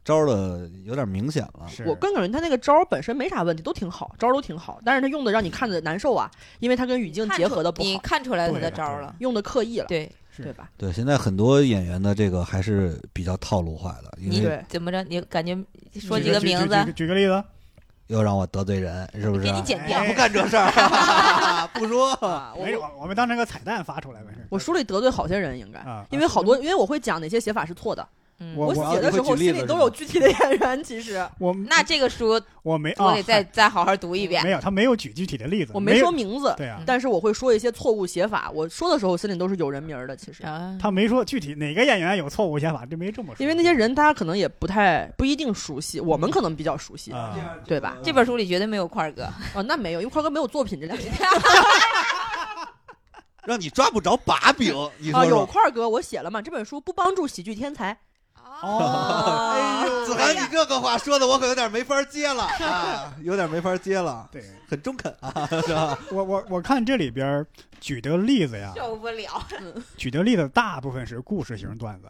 C: 招儿的有点明显了。
A: 是
D: 啊我更感觉他那个招儿本身没啥问题，都挺好，招儿都挺好，但是他用的让你看着难受啊，因为他跟语境结合的不
B: 你
D: 好，
B: 看出来他的招儿了，
D: 用的刻意了，
B: 对，
A: 对
D: 对吧？
C: 对，现在很多演员的这个还是比较套路化的，因
B: 你
C: 为
D: 对
B: 怎么着？你感觉说
A: 举
B: 几个名
A: 举
B: 字，
A: 举举个例
D: 啊
A: 子，
C: 又让我得罪人，是不是
B: 给？你剪掉
A: 哎。
C: 不干这事儿， <laughs> 不说。
D: 啊，我
A: 没有，我们当成个彩蛋发出来呗。是
D: 我书里得罪好些人应该，
A: 啊，
D: 因为好多，因为我会讲哪些写法是错的，
B: 嗯
A: 我
D: 写
C: 我
D: 的时候心里都有具体的演员，其实
A: 我
B: 那这个书
A: 我没啊
B: 我得，再再好好读一遍
A: 没。有，他没有举具体的例子，
D: 我
A: 没
D: 没
A: 有
D: 说名字，
A: 对啊，
D: 但是我会说一些错误写法。我说的时候心里都是有人名儿的，其实，
B: 啊，
A: 他没说具体哪个演员有错误写法，这没这么说。
D: 嗯因为那些人大家可能也不太不一定熟悉，我们可能比较熟悉，
A: 啊，
D: 对吧？
B: 这本书里绝对没有块儿哥。
D: 哦，那没有，因为宽哥没有作品这两年。
C: 让你抓不着把柄，你
D: 啊，
C: 说
D: 有
C: 说。
D: 块儿哥我写了嘛，这本书不帮助喜剧天才。
A: 哦
B: 哎呦
C: 子涵，你这个话说的我可有点没法接了啊，有点没法接了，
A: 对
C: 很中肯啊。
A: 我我我看这里边儿举的例子呀，
B: 受不了。
A: 举的例子大部分是故事型段子，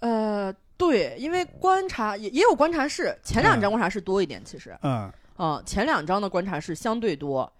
B: 嗯，
D: 呃，对，因为观察也也有观察室，前两章观察室多一点，其实，
A: 嗯
D: 嗯，前两章的观察室相对多。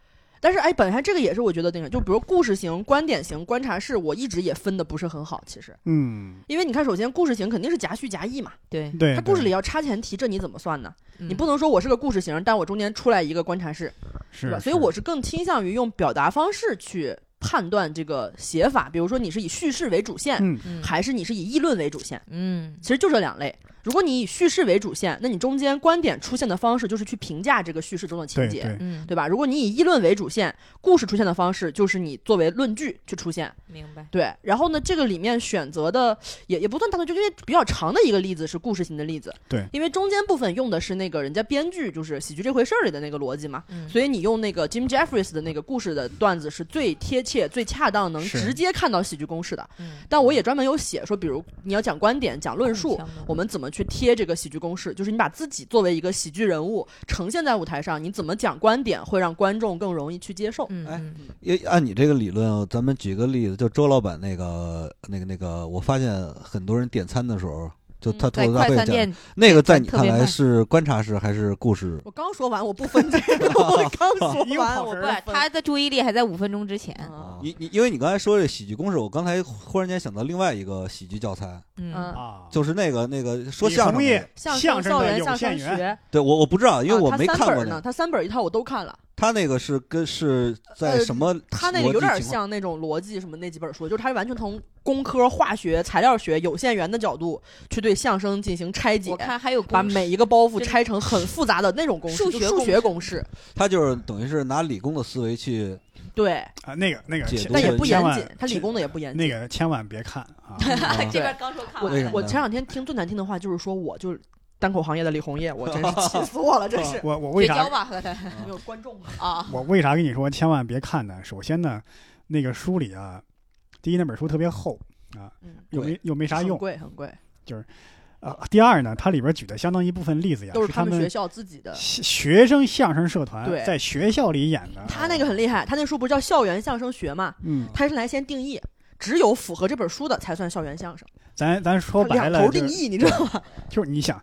D: 但是，哎，本来这个也是我觉得那个，就比如故事型、观点型、观察室，我一直也分的不是很好。其实，
A: 嗯，
D: 因为你看，首先故事型肯定是夹叙夹议嘛，
B: <laughs> 对，
A: 对，
D: 嗯它故事
A: 对嗯
D: 里要插前提，这你怎么算呢？
B: 你
D: 你不能说我是个故事型，但我中间出来一个观察室，对
A: 是
D: 吧？
A: 是，
D: 所以我是更倾向于用表达方式去判断这个写法，比如说你是以叙事为主线，
A: 嗯
B: 嗯
D: 还是你是以议论为主线，
B: 嗯
D: 其实就这两类。如果你以叙事为主线，那你中间观点出现的方式就是去评价这个叙事中的情
A: 对
D: 节，
A: 对
B: 嗯，
D: 对吧？如果你以议论为主线，故事出现的方式就是你作为论据去出现，
B: 明白。
D: 对。然后呢，这个里面选择的也也不算大多，就因为比较长的一个例子是故事型的例子，
A: 对
D: 因为中间部分用的是那个人家编剧就是喜剧这回事儿里的那个逻辑嘛，
B: 嗯，
D: 所以你用那个 Jim Jeffries 的那个故事的段子是最贴切、最恰当，能
A: 是
D: 直接看到喜剧公式的。
B: 以
D: 但我也专门有写说，比如你要讲观点、讲论述，我们怎么去贴这个喜剧公式？就是你把自己作为一个喜剧人物呈现在舞台上，你怎么讲观点会让观众更容易去接受？
B: 嗯
C: 哎
B: 嗯
C: 也按你这个理论，啊咱们举个例子，就周老板那个、那个、那个，我发现很多人点餐的时候，
D: 嗯
C: 就他吐
B: 在
C: 槽大
B: 快
C: 会
B: 餐
C: 讲
B: 店
C: 那个，在你
B: 特
C: 看
B: 别
C: 来
B: 慢
C: 是观察式还是故事？
D: 我刚说完，我不分这个，我
A: <laughs>
D: 刚
A: 一
D: 说
A: 个
D: 完，
A: 跑
D: 我
A: 神
B: 不
A: 儿哦
D: 不，
B: 他的注意力还在五分钟之前。
D: 啊
C: 你你，因为你刚才说这喜剧公式，我刚才忽然间想到另外一个喜剧教
D: 哦
C: 材，
B: 嗯，
A: 啊，
C: 就是那个那个说
A: 李
C: 相声
A: 宏毅
C: 那个。
D: 相
A: 相
D: 声、
A: 声
D: 校
A: 的
D: 园、
A: 有
D: 相
A: 限
D: 声
A: 员
D: 学，
C: 对我我不知道，因为
D: 啊
C: 我
D: 他
C: 没
D: 三
C: 看
D: 本
C: 过
D: 儿
C: 那
D: 呢，
C: 个。
D: 他三本儿一套我都看了。
C: 他那个是跟是在
D: 呃
C: 什么逻辑情况？
D: 他那个有点像那种逻辑什么那几本书，就是他完全从工科、化学、材料学、有限元的角度去对相声进行拆解
B: 我，看还有
D: 把
B: 公
C: <laughs>
B: 式
D: 每一个包袱
B: 真
D: 拆成很复杂的那种公式，
B: 数
D: 就
B: 学
D: 数
B: 公
D: 学
B: 式
D: 公式。
C: 他就是等于是拿理工的思维去，
D: 对，
A: 啊，那个那个
C: 解
A: 千，
C: 读
D: 但也
C: 是
D: 不
A: 千
D: 严
A: 万
D: 谨，他理
A: 千
D: 工的也不严
A: 那
D: 谨。
A: 个千万别看
D: <laughs>
A: 啊，
C: 哦
B: 这
D: 对
B: 边刚说看
D: 我
B: 完了，
D: 我
C: 呢
D: 前两天听最难听的话就是说，我就是单口行业的李红叶，我真是
A: <laughs>
D: 气死我了，真是
A: 我我为
B: 绝
A: 啥
B: 交吧和他 <laughs>
D: 没有
A: <laughs>
D: 观众啊
B: 啊，
A: 我为啥跟你说千万别看呢？首先呢，那个书里啊，第一那本书特别厚啊
D: 嗯，
A: 又没又没啥
D: 很
A: 用
D: 贵很贵，
A: 啊。第二呢，它里边举的相当一部分例子呀，
D: 都
A: 是
D: 他们学
A: 们
D: 校自己的。
A: 学学生相声社团
D: 对
A: 在学校里演的。
D: 他那个很厉害，他那书不是叫《校园相声学》嘛？
A: 嗯，
D: 他是来先定义，只有符合这本书的才算校园相声。
A: 咱咱说白
D: 两
A: 了，
D: 头
A: 就
D: 定
A: 是
D: 义，你知道吗？
A: 就是你想，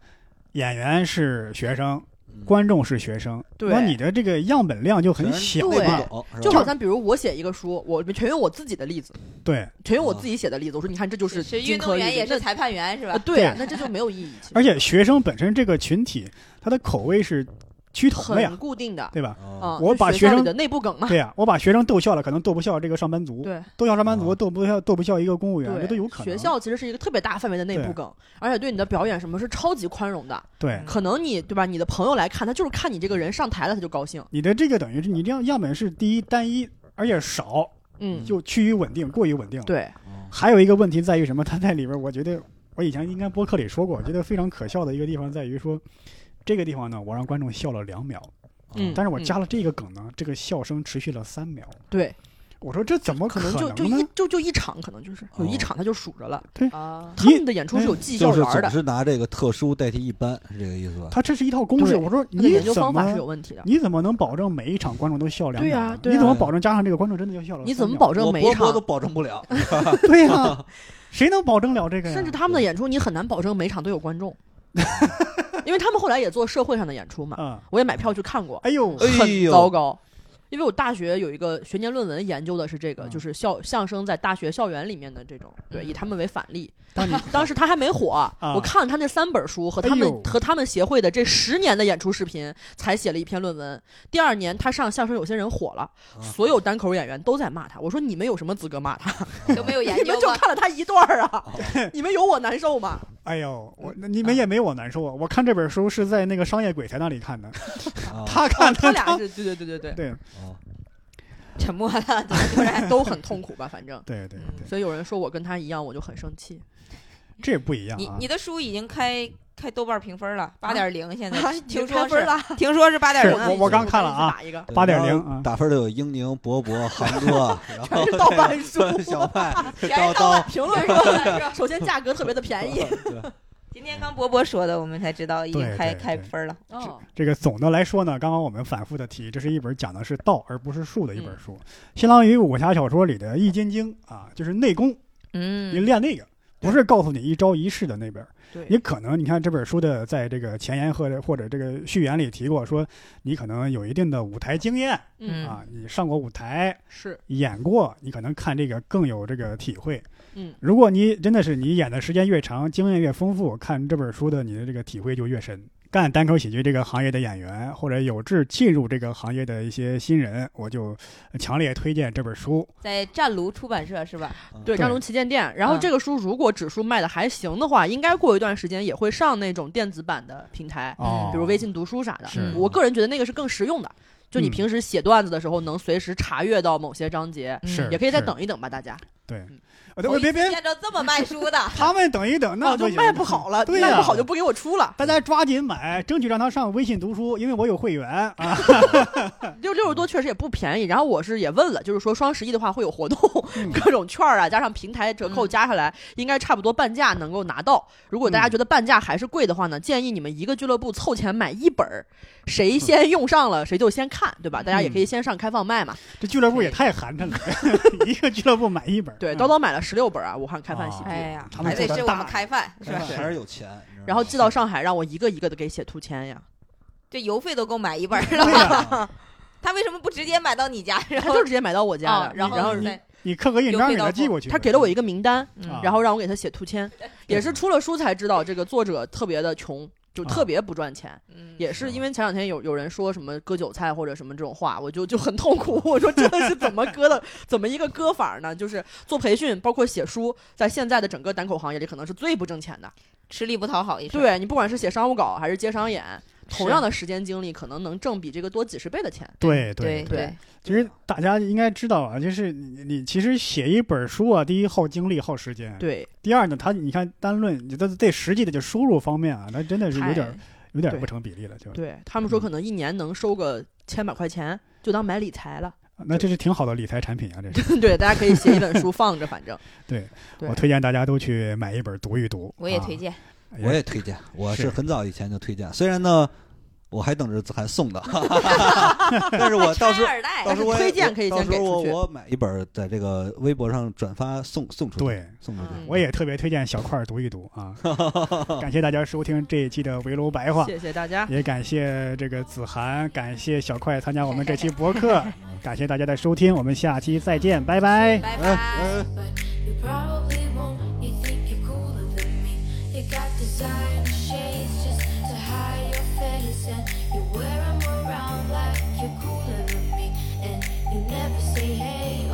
A: 演员是学生，
C: 嗯
A: 观众是学生，
D: 对
A: 那你的这个样本量就很
C: 全
A: 小啊
C: 是
D: 对
C: 那
A: 嘛
C: 不。懂是吧
D: 就好像比如我写一个书，我全用我自己的例子，
A: 对，
D: 全用我自己写的例子。我说你看，这就是是
B: 运
D: 金
B: 动
D: 科
B: 员也
D: 玉
B: 是
D: 律。
B: 裁判员是
D: 那啊
B: 吧？
D: 对啊
A: 对，
D: 那这就没有意义，其实
A: 而且学生本身这个群体，他的口味是趋同的
D: 很
A: 呀，
D: 固定的
A: 对吧？
C: 啊
D: 啊。
A: 我
D: 就
A: 把
D: 学
A: 学
D: 校里
A: 生
D: 的内部梗嘛，
A: 对呀、我把学生逗笑了，可能逗不笑这个上班族。
D: 对
A: 逗笑上班族，
C: 啊
A: 逗不笑逗不笑一个公务员，啊这都有可能。
D: 学校其实是一个特别大范围的内部
A: 对嗯
D: 梗，而且对你的表演什么是超级宽容的。
A: 对
D: 可能你对吧？你的朋友来看，他就是看你这个人上台了，他就高兴。
A: 你的这个等于是你这样样本是第一单一，而且少，
D: 嗯，
A: 就趋于稳定，过于稳定了。，
D: 对，
A: 还有一个问题在于什么？它在里边，我觉得我以前应该播客里说过，我觉得非常可笑的一个地方在于说，这个地方呢，我让观众笑了两秒，
C: 哦
D: 嗯
A: 但是我加了这个梗呢，这个笑声持续了三秒。
D: 对，
A: 我说这怎么
D: 可
A: 能
D: 能就就
A: 呢
D: 一？就就一场，可能就是有一
C: 哦
D: 场他就数着了。
B: <laughs> 啊，
D: 他们的演出是有绩效
C: 就是
D: 员儿
C: 总
D: 的，
C: 是拿这个特殊代替一般，是这个意思吧？
A: 它这是一套公式。
D: 对
A: 我说
D: 他的
A: 你
D: 研究
A: 怎
D: 方法是
A: 么
D: 有问题的。
A: 你怎么能保证每一场观众都笑两秒呢？
D: 对啊对啊
A: 你怎么保证加上这个观众真的就笑了？
D: 你怎么？保证
C: 我
D: 每一
C: 波波
D: 场
C: 都保证不了，
A: 对呀、谁能保证了这个呀？
D: 甚至他们的演出，你很难保证每场都有观众， <laughs> 因为他们后来也做社会上的演出嘛。
A: 啊，
D: 我也买票去看过，
A: 哎呦，
C: 哎
D: 很
C: 呦
D: 糟糕。因为我大学有一个学年论文研究的是这个，
A: 嗯
D: 就是校相声在大学校园里面的这种，对，以他们为反例。
A: 当你
D: <laughs> 当时他还没火，
A: 啊
D: 我看了他那三本书和他们、
A: 哎呦
D: 和他们协会的这十年的演出视频，才写了一篇论文。第二年他上相声有些人火了，
C: 啊
D: <laughs> 所有单口演员都在骂他。我说你们有什么资格骂他？
B: 哦都没有研
D: 你们
B: 究
D: 就
B: 过。
A: 哦 <laughs>
D: <laughs> 看了他一段儿啊，你们有我难受吗？
A: 哎呦，我那你们也没我难受啊！我看这本书是在那个商业鬼才那里看的，
C: 啊
A: 他
D: 哦
A: 看
D: 他
A: 的
D: 俩是对对对对对，
A: 对
C: 啊
B: 沉默了，
D: 突然都很痛苦吧，反正。
A: 对
B: 嗯
A: 对 <laughs> 对，
D: 所以有人说我跟他一样，我就很生气。
A: 这也不一样
B: 你
A: 啊
B: 你。的书已经开开豆瓣评分了，八点零现在，听
D: 啊已经开
B: 说
D: 分
B: 是
D: 了，
B: 听说是八点
A: 是
B: 零，
A: 我我刚看了啊
D: 打
A: <laughs>
D: 一个，
A: 8.0
C: 然后
A: 啊
C: 打分的有英宁、博
D: <laughs>
C: 博、航哥，然后
D: 是盗
C: <laughs>
D: 版书 <laughs>
C: 小麦、
B: 全是
C: 刀
B: 盗
C: <laughs> 刀
B: 版，
D: 评论 <laughs> 说，首先价格特别的便
B: <laughs>
D: <laughs> 宜。
B: 今天刚博博说的，我们才知道已经
A: 对
B: 开
A: 对
B: 开
A: 对
B: 分了。
D: 哦，
A: 这个总的来说呢，刚刚我们反复的提，这是一本讲的是道而不是术的一
B: 嗯
A: 本书，相当于武侠小说里的《易筋经》啊，就是内功，你
B: 嗯，
A: 练那个。不是告诉你一招一式的那本，也
D: 对，
A: 可能你看这本书的在这个前言和或者这个序言里提过，说你可能有一定的舞台经验
B: 嗯
A: 啊，你上过舞台，
D: 是，
A: 演过，你可能看这个更有这个体会。
D: 嗯，
A: 如果你真的是你演的时间越长，经验越丰富，看这本书的你的这个体会就越深。干单口喜剧这个行业的演员，或者有志进入这个行业的一些新人，我就强烈推荐这本书。
B: 在湛庐出版社是吧？
D: 对，
A: 对
D: 张龙旗舰店。然后
B: 嗯
D: 这个书如果指数卖的还行的话，应该过一段时间也会上那种电子版的平台，
A: 哦，
D: 比如微信读书啥的。
A: 是
D: 我个人觉得那个是更实用的，就你
A: 嗯
D: 平时写段子的时候能随时查阅到某些章节，
B: 嗯
A: 是
D: 也可以再
A: 是
D: 等一等吧，大家。
A: 哦，对，别别，，
B: 按照这么卖书的
A: <laughs> 他们等一等，那
D: 哦就
A: 行
D: 卖不好了，
A: 对
D: 卖
A: 呀，
D: 不好就不给我出了。
A: 大家抓紧买，争取让他上微信读书，因为我有会员
D: <laughs>
A: 啊。
D: 六六十多确实也不便宜，然后我是也问了，就是说双十一的话会有活动，
A: 嗯
D: 各种券儿啊，加上平台折扣
B: 嗯
D: 加下来，应该差不多半价能够拿到。如果大家觉得半价还是贵的话呢，建议你们一个俱乐部凑钱买一本儿，谁先用上了谁就先看，对吧？大家也
B: 嗯
D: 可以先上开放麦嘛。
A: 这俱乐部也太寒碜了， <laughs> 一个俱乐部买一本。
D: 对，
A: 嗯
D: 叨叨买了十六本儿啊，武汉开饭喜剧，
B: 哎呀，
A: 他们
B: 还得
A: 做
B: 是
A: 得
B: 我
A: 大
B: 们开饭是吧？
C: 还是有钱，你知道吗
D: 然后寄到上海，让我一个一个的给写图签呀。
B: 这邮费都够买一本儿
A: 对
B: 了， <laughs>
A: 呀，
C: 啊
B: 他为什么不直接买到你家？然
D: 他
B: 后
D: 就直接买到我家
B: 啊
D: 的，，
B: 然
D: 然后
B: 后
A: 你
B: 再
A: 你刻个印章给他寄过去。
D: 他给了我一个名单，
B: 嗯
A: 啊
D: 然后让我给他写图签，也是出了书才知道这个作者特别的穷，就
A: 啊
D: 特别不赚钱。
B: 嗯
D: 也是因为前两天有有人说什么割韭菜或者什么这种话，我就就很痛苦。我说这是怎么割的？怎么一个割法呢？就是做培训，包括写书，在现在的整个单口行业里，可能是最不挣钱的。
B: 吃力不讨好一事儿。
D: 对你不管是写商务稿还是接商演，同
B: 是
D: 样的时间精力，可能能挣比这个多几十倍的钱。
A: 对对，
B: 对对，
D: 啊
A: 其实大家应该知道啊，就是你你其实写一本书啊，第一耗精力耗时间，
D: 对，
A: 第二呢，他你看单论你这这实际的就收入方面啊，那真的是有点
D: 太
A: 有点
D: 对
A: 不成比例了，就
D: 对他们说可能一年能收个千把块钱，就当买理财了。 <laughs>
A: 那这是挺好的理财产品啊，这是
D: 对，大家可以写一本书放着，反正对
A: 我推荐大家都去买一本读一读，
B: 我也推
A: 啊，
B: 荐。
C: 我也推荐，我是
A: 是
C: 很早以前就推荐，虽然呢，我还等着子涵送的， <laughs> 但是我到
B: 拆
C: 时
D: <laughs>
C: 候。
B: 二代
C: 到时候我也
D: 推荐可以
C: 到
D: 先
C: 时候
D: 给
C: 我
D: 出去
C: 我买一本儿，在这个微博上转发送送出去，
A: 对，
C: 送出去
B: 嗯。
A: 我也特别推荐小块儿读一读啊，感谢大家收听这一期的围炉白话。
D: 嗯谢谢大家，
A: 也感谢这个子涵，感谢小快参加我们这期博
D: <laughs>
A: 客，感谢大家的收听，我们下期再见，拜拜。
B: 拜
C: 哎
B: 拜。
A: 呃
C: 哎
F: but you probably won't. You think you're cooler than me. You got designer shades just to hide your face, and you wear 'em around like you're cooler than me. And you never say hey